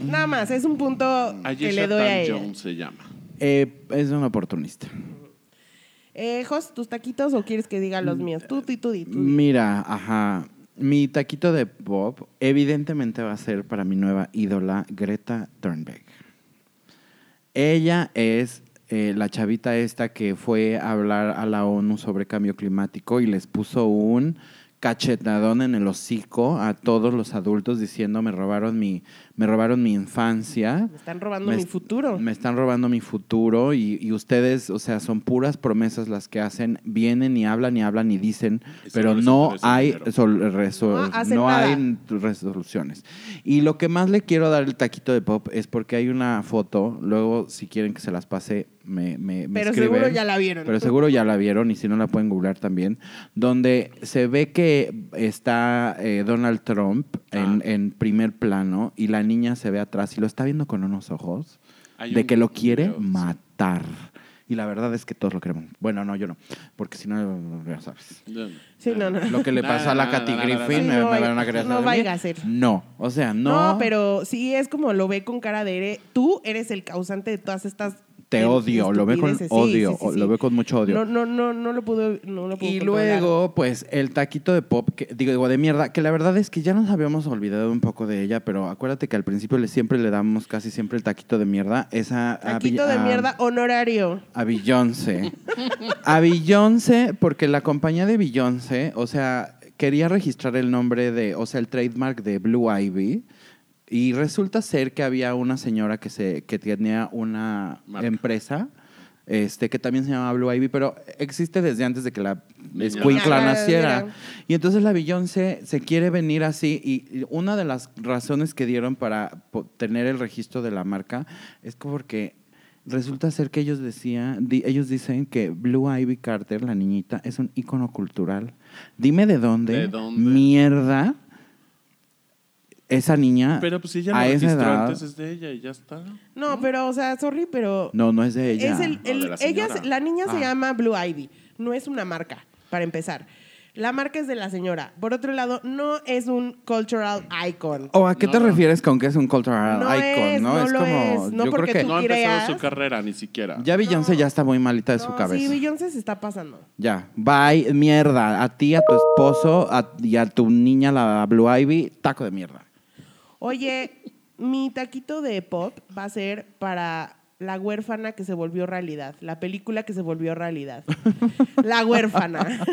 Speaker 1: Nada más, es un punto que le
Speaker 3: Ayesha
Speaker 1: doy a
Speaker 3: Tan
Speaker 1: ella.
Speaker 3: Jones se llama.
Speaker 2: Eh, es un oportunista.
Speaker 1: Eh, Jos, ¿tus taquitos o quieres que diga
Speaker 2: Mm,
Speaker 1: los míos? Tú, tú, y tú, y tú.
Speaker 2: Mira, ajá. Mi taquito de pop evidentemente va a ser para mi nueva ídola, Greta Thunberg. Ella es eh, la chavita esta que fue a hablar a la ONU sobre cambio climático y les puso un cachetadón en el hocico a todos los adultos diciendo me robaron mi, me robaron mi infancia.
Speaker 1: Me están robando
Speaker 2: Me
Speaker 1: mi
Speaker 2: est-
Speaker 1: futuro.
Speaker 2: Me están robando mi futuro y, y ustedes, o sea, son puras promesas las que hacen. Vienen y hablan y hablan y dicen,
Speaker 3: Y solo
Speaker 2: pero
Speaker 3: les
Speaker 2: no
Speaker 3: interesa el
Speaker 2: hay,
Speaker 3: dinero.
Speaker 2: sol- resol-
Speaker 1: No hacen
Speaker 2: no
Speaker 1: nada.
Speaker 2: hay resoluciones. Y lo que más le quiero dar el taquito de pop es porque hay una foto, luego si quieren que se las pase, me, me, me
Speaker 1: pero
Speaker 2: escriben.
Speaker 1: seguro ya la vieron.
Speaker 2: Pero seguro ya la vieron y si no la pueden googlear también. Donde se ve que está eh, Donald Trump en,
Speaker 3: Ah.
Speaker 2: en primer plano y la niña se ve atrás y lo está viendo con unos ojos
Speaker 3: Hay
Speaker 2: de
Speaker 3: un
Speaker 2: que lo quiere
Speaker 3: video, sí.
Speaker 2: matar. Y la verdad es que todos lo queremos. Bueno, no, yo no. Porque si no, ya sabes.
Speaker 1: Sí, no, no.
Speaker 2: Lo que le
Speaker 4: No,
Speaker 2: pasó a la
Speaker 4: no,
Speaker 2: Katy
Speaker 4: no, no, no,
Speaker 2: Griffin
Speaker 1: no.
Speaker 2: me,
Speaker 1: Sí, no,
Speaker 2: me van a querer
Speaker 1: no
Speaker 2: hacer
Speaker 1: vaya
Speaker 2: mí.
Speaker 1: a ser.
Speaker 2: No, o sea, no.
Speaker 1: No, pero sí es como lo ve con cara de "Ere- tú eres el causante de todas estas
Speaker 2: Te odio, lo ve con
Speaker 1: estupideces".
Speaker 2: odio, o lo ve con mucho odio.
Speaker 1: No, no, no, no lo pudo, no lo pudo
Speaker 2: Y
Speaker 1: controlar.
Speaker 2: luego, pues, el taquito de pop, que, digo, de mierda, que la verdad es que ya nos habíamos olvidado un poco de ella, pero acuérdate que al principio le, siempre le damos casi siempre el taquito de mierda. Esa ah, a
Speaker 1: Taquito
Speaker 2: Bill-
Speaker 1: de
Speaker 2: a-
Speaker 1: mierda honorario.
Speaker 2: A Beyoncé. A Beyoncé, porque la compañía de Beyoncé, o sea, quería registrar el nombre de, o sea, el trademark de Blue Ivy. Y resulta ser que había una señora que, se, que tenía una
Speaker 4: Marca.
Speaker 2: empresa este, que también se llamaba Blue Ivy, pero existe desde antes de que la
Speaker 4: Niña.
Speaker 2: escuincla
Speaker 1: Ya,
Speaker 2: naciera.
Speaker 1: mira.
Speaker 2: Y entonces la Beyoncé se quiere venir así y y una de las razones que dieron para po- tener el registro de la marca es que porque resulta ser que ellos decían, di- ellos dicen que Blue Ivy Carter, la niñita, es un ícono cultural. Dime de dónde,
Speaker 4: ¿De dónde?
Speaker 2: mierda esa niña
Speaker 3: Pero pues si ella
Speaker 2: Ah, a
Speaker 3: lo
Speaker 2: esa
Speaker 3: registró
Speaker 2: edad.
Speaker 3: antes es de ella y ya está.
Speaker 1: No, pero, o sea, sorry, pero
Speaker 2: No, no es de ella.
Speaker 1: es el,
Speaker 4: No,
Speaker 1: el-
Speaker 4: de la
Speaker 1: ella,
Speaker 4: señora.
Speaker 1: la niña
Speaker 2: Ah.
Speaker 1: se llama Blue Ivy, no es una marca, para empezar. La marca es de la señora. Por otro lado, no es un cultural icon.
Speaker 2: ¿O a qué te
Speaker 4: No.
Speaker 2: refieres con que es un cultural
Speaker 1: No
Speaker 2: icon?
Speaker 1: es,
Speaker 2: no
Speaker 1: no
Speaker 2: es
Speaker 1: lo
Speaker 2: como.
Speaker 1: es. No
Speaker 2: yo creo
Speaker 1: porque
Speaker 2: que.
Speaker 1: tú-
Speaker 4: No ha empezado
Speaker 1: creas?
Speaker 4: su carrera ni siquiera.
Speaker 2: Ya Beyoncé ya está muy malita de
Speaker 1: No,
Speaker 2: su cabeza.
Speaker 1: Sí, Beyoncé se está pasando.
Speaker 2: Ya, bye, mierda. A ti, a tu esposo a- y a tu niña, la Blue Ivy, taco de mierda.
Speaker 1: Oye, mi taquito de pop va a ser para la huérfana que se volvió realidad, la película que se volvió realidad. La huérfana.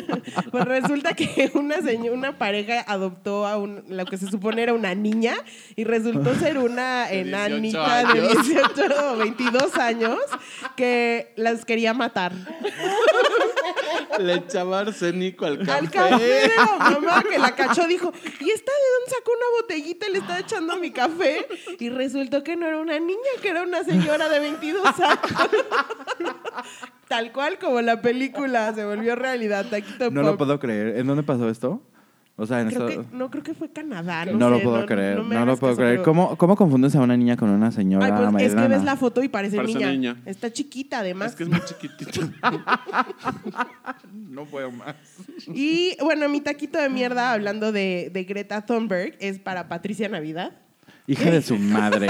Speaker 1: Pues resulta que una, seño- una pareja adoptó a un- lo que se supone era una niña y resultó ser una
Speaker 4: 18
Speaker 1: enanita de
Speaker 4: años.
Speaker 1: 18 o 22 años que las quería matar.
Speaker 4: Le echaba arsénico al
Speaker 1: Al café de la mamá que la cachó dijo, ¿y esta de dónde sacó una botellita y le está echando mi café? Y resultó que no era una niña, que era una señora de 22 años. Tal cual como la película se volvió realidad, Taquito
Speaker 2: No
Speaker 1: Pop.
Speaker 2: lo puedo creer. ¿En dónde pasó esto? O sea, en
Speaker 1: Creo
Speaker 2: esto-
Speaker 1: que- no, creo que fue Canadá. No,
Speaker 2: No lo
Speaker 1: sé,
Speaker 2: puedo creer. No,
Speaker 1: me
Speaker 2: lo
Speaker 1: hagas
Speaker 2: puedo
Speaker 1: caso,
Speaker 2: creer.
Speaker 1: pero-
Speaker 2: ¿Cómo, ¿Cómo confundes a una niña con una señora
Speaker 1: Ay, pues, es que
Speaker 2: americana?
Speaker 1: ves la foto y parece,
Speaker 4: Parece
Speaker 1: niña.
Speaker 4: niña.
Speaker 1: Está chiquita, además.
Speaker 4: Es que es muy chiquitito.
Speaker 2: No puedo más.
Speaker 1: Y bueno, mi taquito de mierda, hablando de, de Greta Thunberg, es para Patricia Navidad.
Speaker 2: Hija de su madre.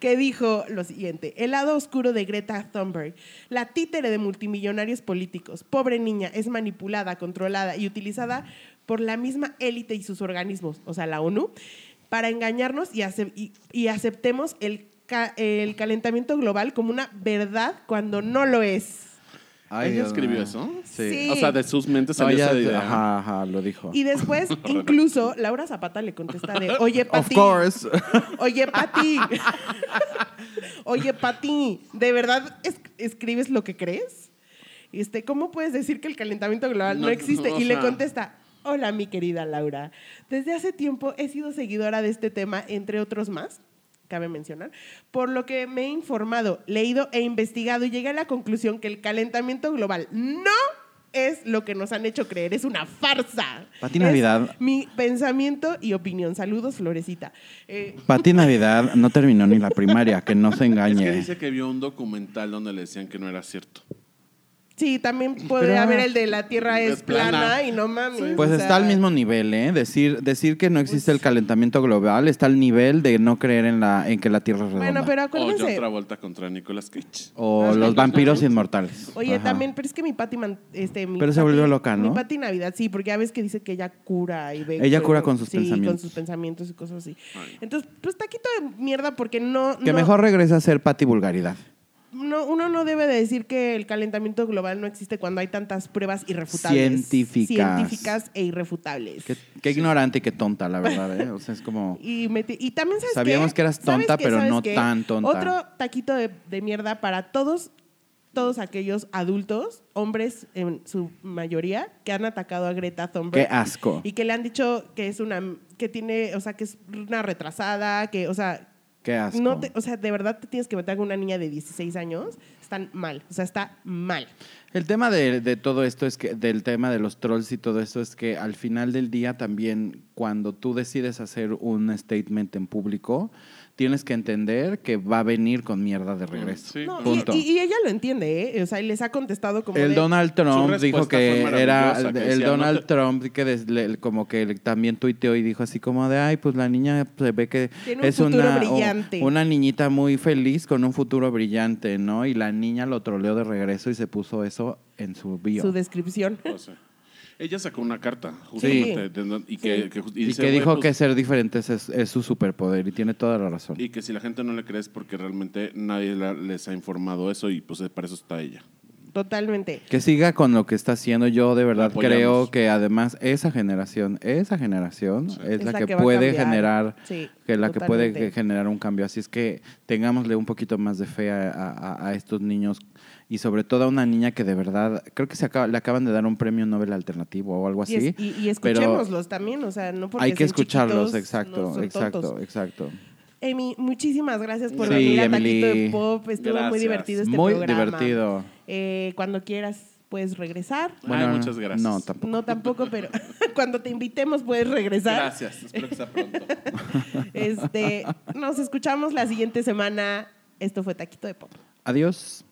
Speaker 1: que dijo lo siguiente, el lado oscuro de Greta Thunberg, la títere de multimillonarios políticos, pobre niña, es manipulada, controlada y utilizada por la misma élite y sus organismos, o sea, la ONU, para engañarnos y, ace- y- y aceptemos el, ca- el calentamiento global como una verdad cuando no lo es.
Speaker 2: Ay,
Speaker 4: ¿Ella
Speaker 2: Dios
Speaker 4: escribió
Speaker 2: mío.
Speaker 4: eso?
Speaker 1: Sí.
Speaker 4: O sea, de sus mentes
Speaker 2: No,
Speaker 4: salió
Speaker 2: ella-
Speaker 4: esa idea.
Speaker 2: ajá, ajá, lo dijo.
Speaker 1: Y después, incluso, Laura Zapata le contesta de, oye,
Speaker 2: Of
Speaker 1: Pati,
Speaker 2: course.
Speaker 1: Oye, Pati. Oye, Pati, ¿de verdad es- escribes lo que crees? Este, ¿Cómo puedes decir que el calentamiento global no,
Speaker 4: No,
Speaker 1: existe?
Speaker 4: o
Speaker 1: y le
Speaker 4: sea-
Speaker 1: contesta, hola mi querida Laura, desde hace tiempo he sido seguidora de este tema, entre otros más, cabe mencionar, por lo que me he informado, leído e investigado y llegué a la conclusión que el calentamiento global no es lo que nos han hecho creer, es una farsa.
Speaker 2: Pati
Speaker 1: Es
Speaker 2: Navidad.
Speaker 1: Mi pensamiento y opinión. Saludos, Florecita. Eh,
Speaker 2: Pati Navidad no terminó ni la primaria, que no se
Speaker 4: Es
Speaker 2: engañe.
Speaker 4: que dice que vio un documental donde le decían que no era cierto.
Speaker 1: Sí, también podría
Speaker 2: Pero-
Speaker 1: haber el de la Tierra es,
Speaker 4: Es
Speaker 1: plana.
Speaker 4: plana.
Speaker 1: y no mames.
Speaker 2: Pues
Speaker 1: o
Speaker 2: está
Speaker 1: sea,
Speaker 2: al mismo nivel, ¿eh? Decir, decir que no existe el calentamiento global está al nivel de no creer en, la, en que la Tierra es redonda.
Speaker 1: Bueno,
Speaker 3: Oh,
Speaker 1: pero
Speaker 4: O
Speaker 1: acuérdense.
Speaker 4: John Travolta contra Nicolas Cage.
Speaker 2: O los vampiros inmortales.
Speaker 1: Oye,
Speaker 2: Ajá.
Speaker 1: también, pero es que mi Pati, man- este, mi
Speaker 2: Pero se
Speaker 1: Pati-
Speaker 2: volvió loca, ¿no?
Speaker 1: Mi Pati Navidad, sí, porque ya ves que dice que ella cura y ve.
Speaker 2: Ella
Speaker 1: pero-
Speaker 2: cura con sus
Speaker 1: sí,
Speaker 2: pensamientos.
Speaker 1: con sus pensamientos y cosas así.
Speaker 4: Ay.
Speaker 1: Entonces, pues taquito de mierda porque no.
Speaker 2: Que
Speaker 1: no-
Speaker 2: mejor regresa a ser Pati Vulgaridad.
Speaker 1: no- uno no debe de decir que el calentamiento global no existe cuando hay tantas pruebas irrefutables.
Speaker 2: Científicas.
Speaker 1: Científicas e irrefutables.
Speaker 2: Qué, qué ignorante y qué tonta, la verdad, ¿eh? O sea, es como...
Speaker 1: Y, meti- y también sabes
Speaker 2: Sabíamos
Speaker 1: qué?
Speaker 2: que eras
Speaker 1: ¿Sabes
Speaker 2: tonta,
Speaker 1: qué?
Speaker 2: pero
Speaker 1: ¿Sabes
Speaker 2: no
Speaker 1: qué?
Speaker 2: tan tonta.
Speaker 1: Otro taquito de, de mierda para todos, todos aquellos adultos, hombres en su mayoría, que han atacado a Greta
Speaker 2: Qué
Speaker 1: Thunberg
Speaker 2: asco.
Speaker 1: y que le han dicho que es una, que tiene, o sea, que es una retrasada, que, o sea,
Speaker 2: Qué asco.
Speaker 1: no te- o sea, de verdad te tienes que meter con una niña de 16 años, están mal, o sea, está mal.
Speaker 2: El tema de, de todo esto es que, del tema de los trolls y todo esto es que al final del día también cuando tú decides hacer un statement en público, tienes que entender que va a venir con mierda de regreso.
Speaker 4: Sí.
Speaker 1: No, y-
Speaker 2: Punto.
Speaker 1: y, y ella lo entiende, ¿eh? O sea, y les ha contestado como.
Speaker 2: El
Speaker 1: de-
Speaker 2: Donald
Speaker 4: Su
Speaker 2: Trump
Speaker 4: respuesta
Speaker 2: dijo que
Speaker 4: fue
Speaker 2: era
Speaker 4: maravillosa, que
Speaker 2: el
Speaker 4: decía,
Speaker 2: Donald
Speaker 4: no te-
Speaker 2: Trump que des- le- como que le- también tuiteó y dijo así como de ay pues la niña se ve que
Speaker 1: Tiene un
Speaker 2: es
Speaker 1: futuro
Speaker 2: una o-
Speaker 1: brillante".
Speaker 2: una niñita muy feliz con un futuro brillante no y la niña lo troleó de regreso y se puso eso en su bio
Speaker 1: Su descripción.
Speaker 4: O sea, ella sacó una carta, justamente, de- y que,
Speaker 1: Sí.
Speaker 4: que just- y
Speaker 2: y
Speaker 4: dice,
Speaker 2: que
Speaker 4: "Güey,
Speaker 2: dijo que
Speaker 4: pues,
Speaker 2: ser diferentes es, es su superpoder y tiene toda la razón
Speaker 4: Y que si la gente no le cree es porque realmente nadie la- les ha informado eso y pues para eso está ella.
Speaker 1: Totalmente.
Speaker 2: Que siga con lo que está haciendo. Yo de verdad
Speaker 4: apoyamos.
Speaker 2: creo que además esa generación, esa generación es, la,
Speaker 1: va
Speaker 2: que,
Speaker 1: a
Speaker 2: puede
Speaker 1: cambiar.
Speaker 2: generar,
Speaker 1: Sí,
Speaker 2: que es la que puede
Speaker 1: totalmente.
Speaker 2: que generar un cambio. Así es que tengámosle un poquito más de fe a, a- a estos niños y sobre todo a una niña que de verdad, creo que se acaba- le acaban de dar un premio Nobel alternativo o algo
Speaker 1: Y,
Speaker 2: así.
Speaker 1: es- y- y
Speaker 2: pero
Speaker 1: escuchémoslos también, o sea, no porque
Speaker 2: Hay que
Speaker 1: sean chiquitos,
Speaker 2: escucharlos,
Speaker 1: no
Speaker 2: exacto,
Speaker 1: son
Speaker 2: exacto,
Speaker 1: tontos.
Speaker 2: exacto.
Speaker 1: Emi, muchísimas gracias por
Speaker 2: Sí,
Speaker 1: venir a
Speaker 2: Emily.
Speaker 1: Taquito de Pop. Estuvo muy
Speaker 4: Gracias.
Speaker 1: divertido este
Speaker 2: Muy
Speaker 1: programa.
Speaker 2: divertido.
Speaker 1: Eh, cuando quieras, puedes regresar.
Speaker 4: Ay, muchas gracias.
Speaker 2: No, tampoco.
Speaker 1: No tampoco, pero cuando te invitemos puedes regresar.
Speaker 4: Gracias, espero que sea pronto.
Speaker 1: Este, nos escuchamos la siguiente semana. Esto fue Taquito de Pop.
Speaker 2: Adiós.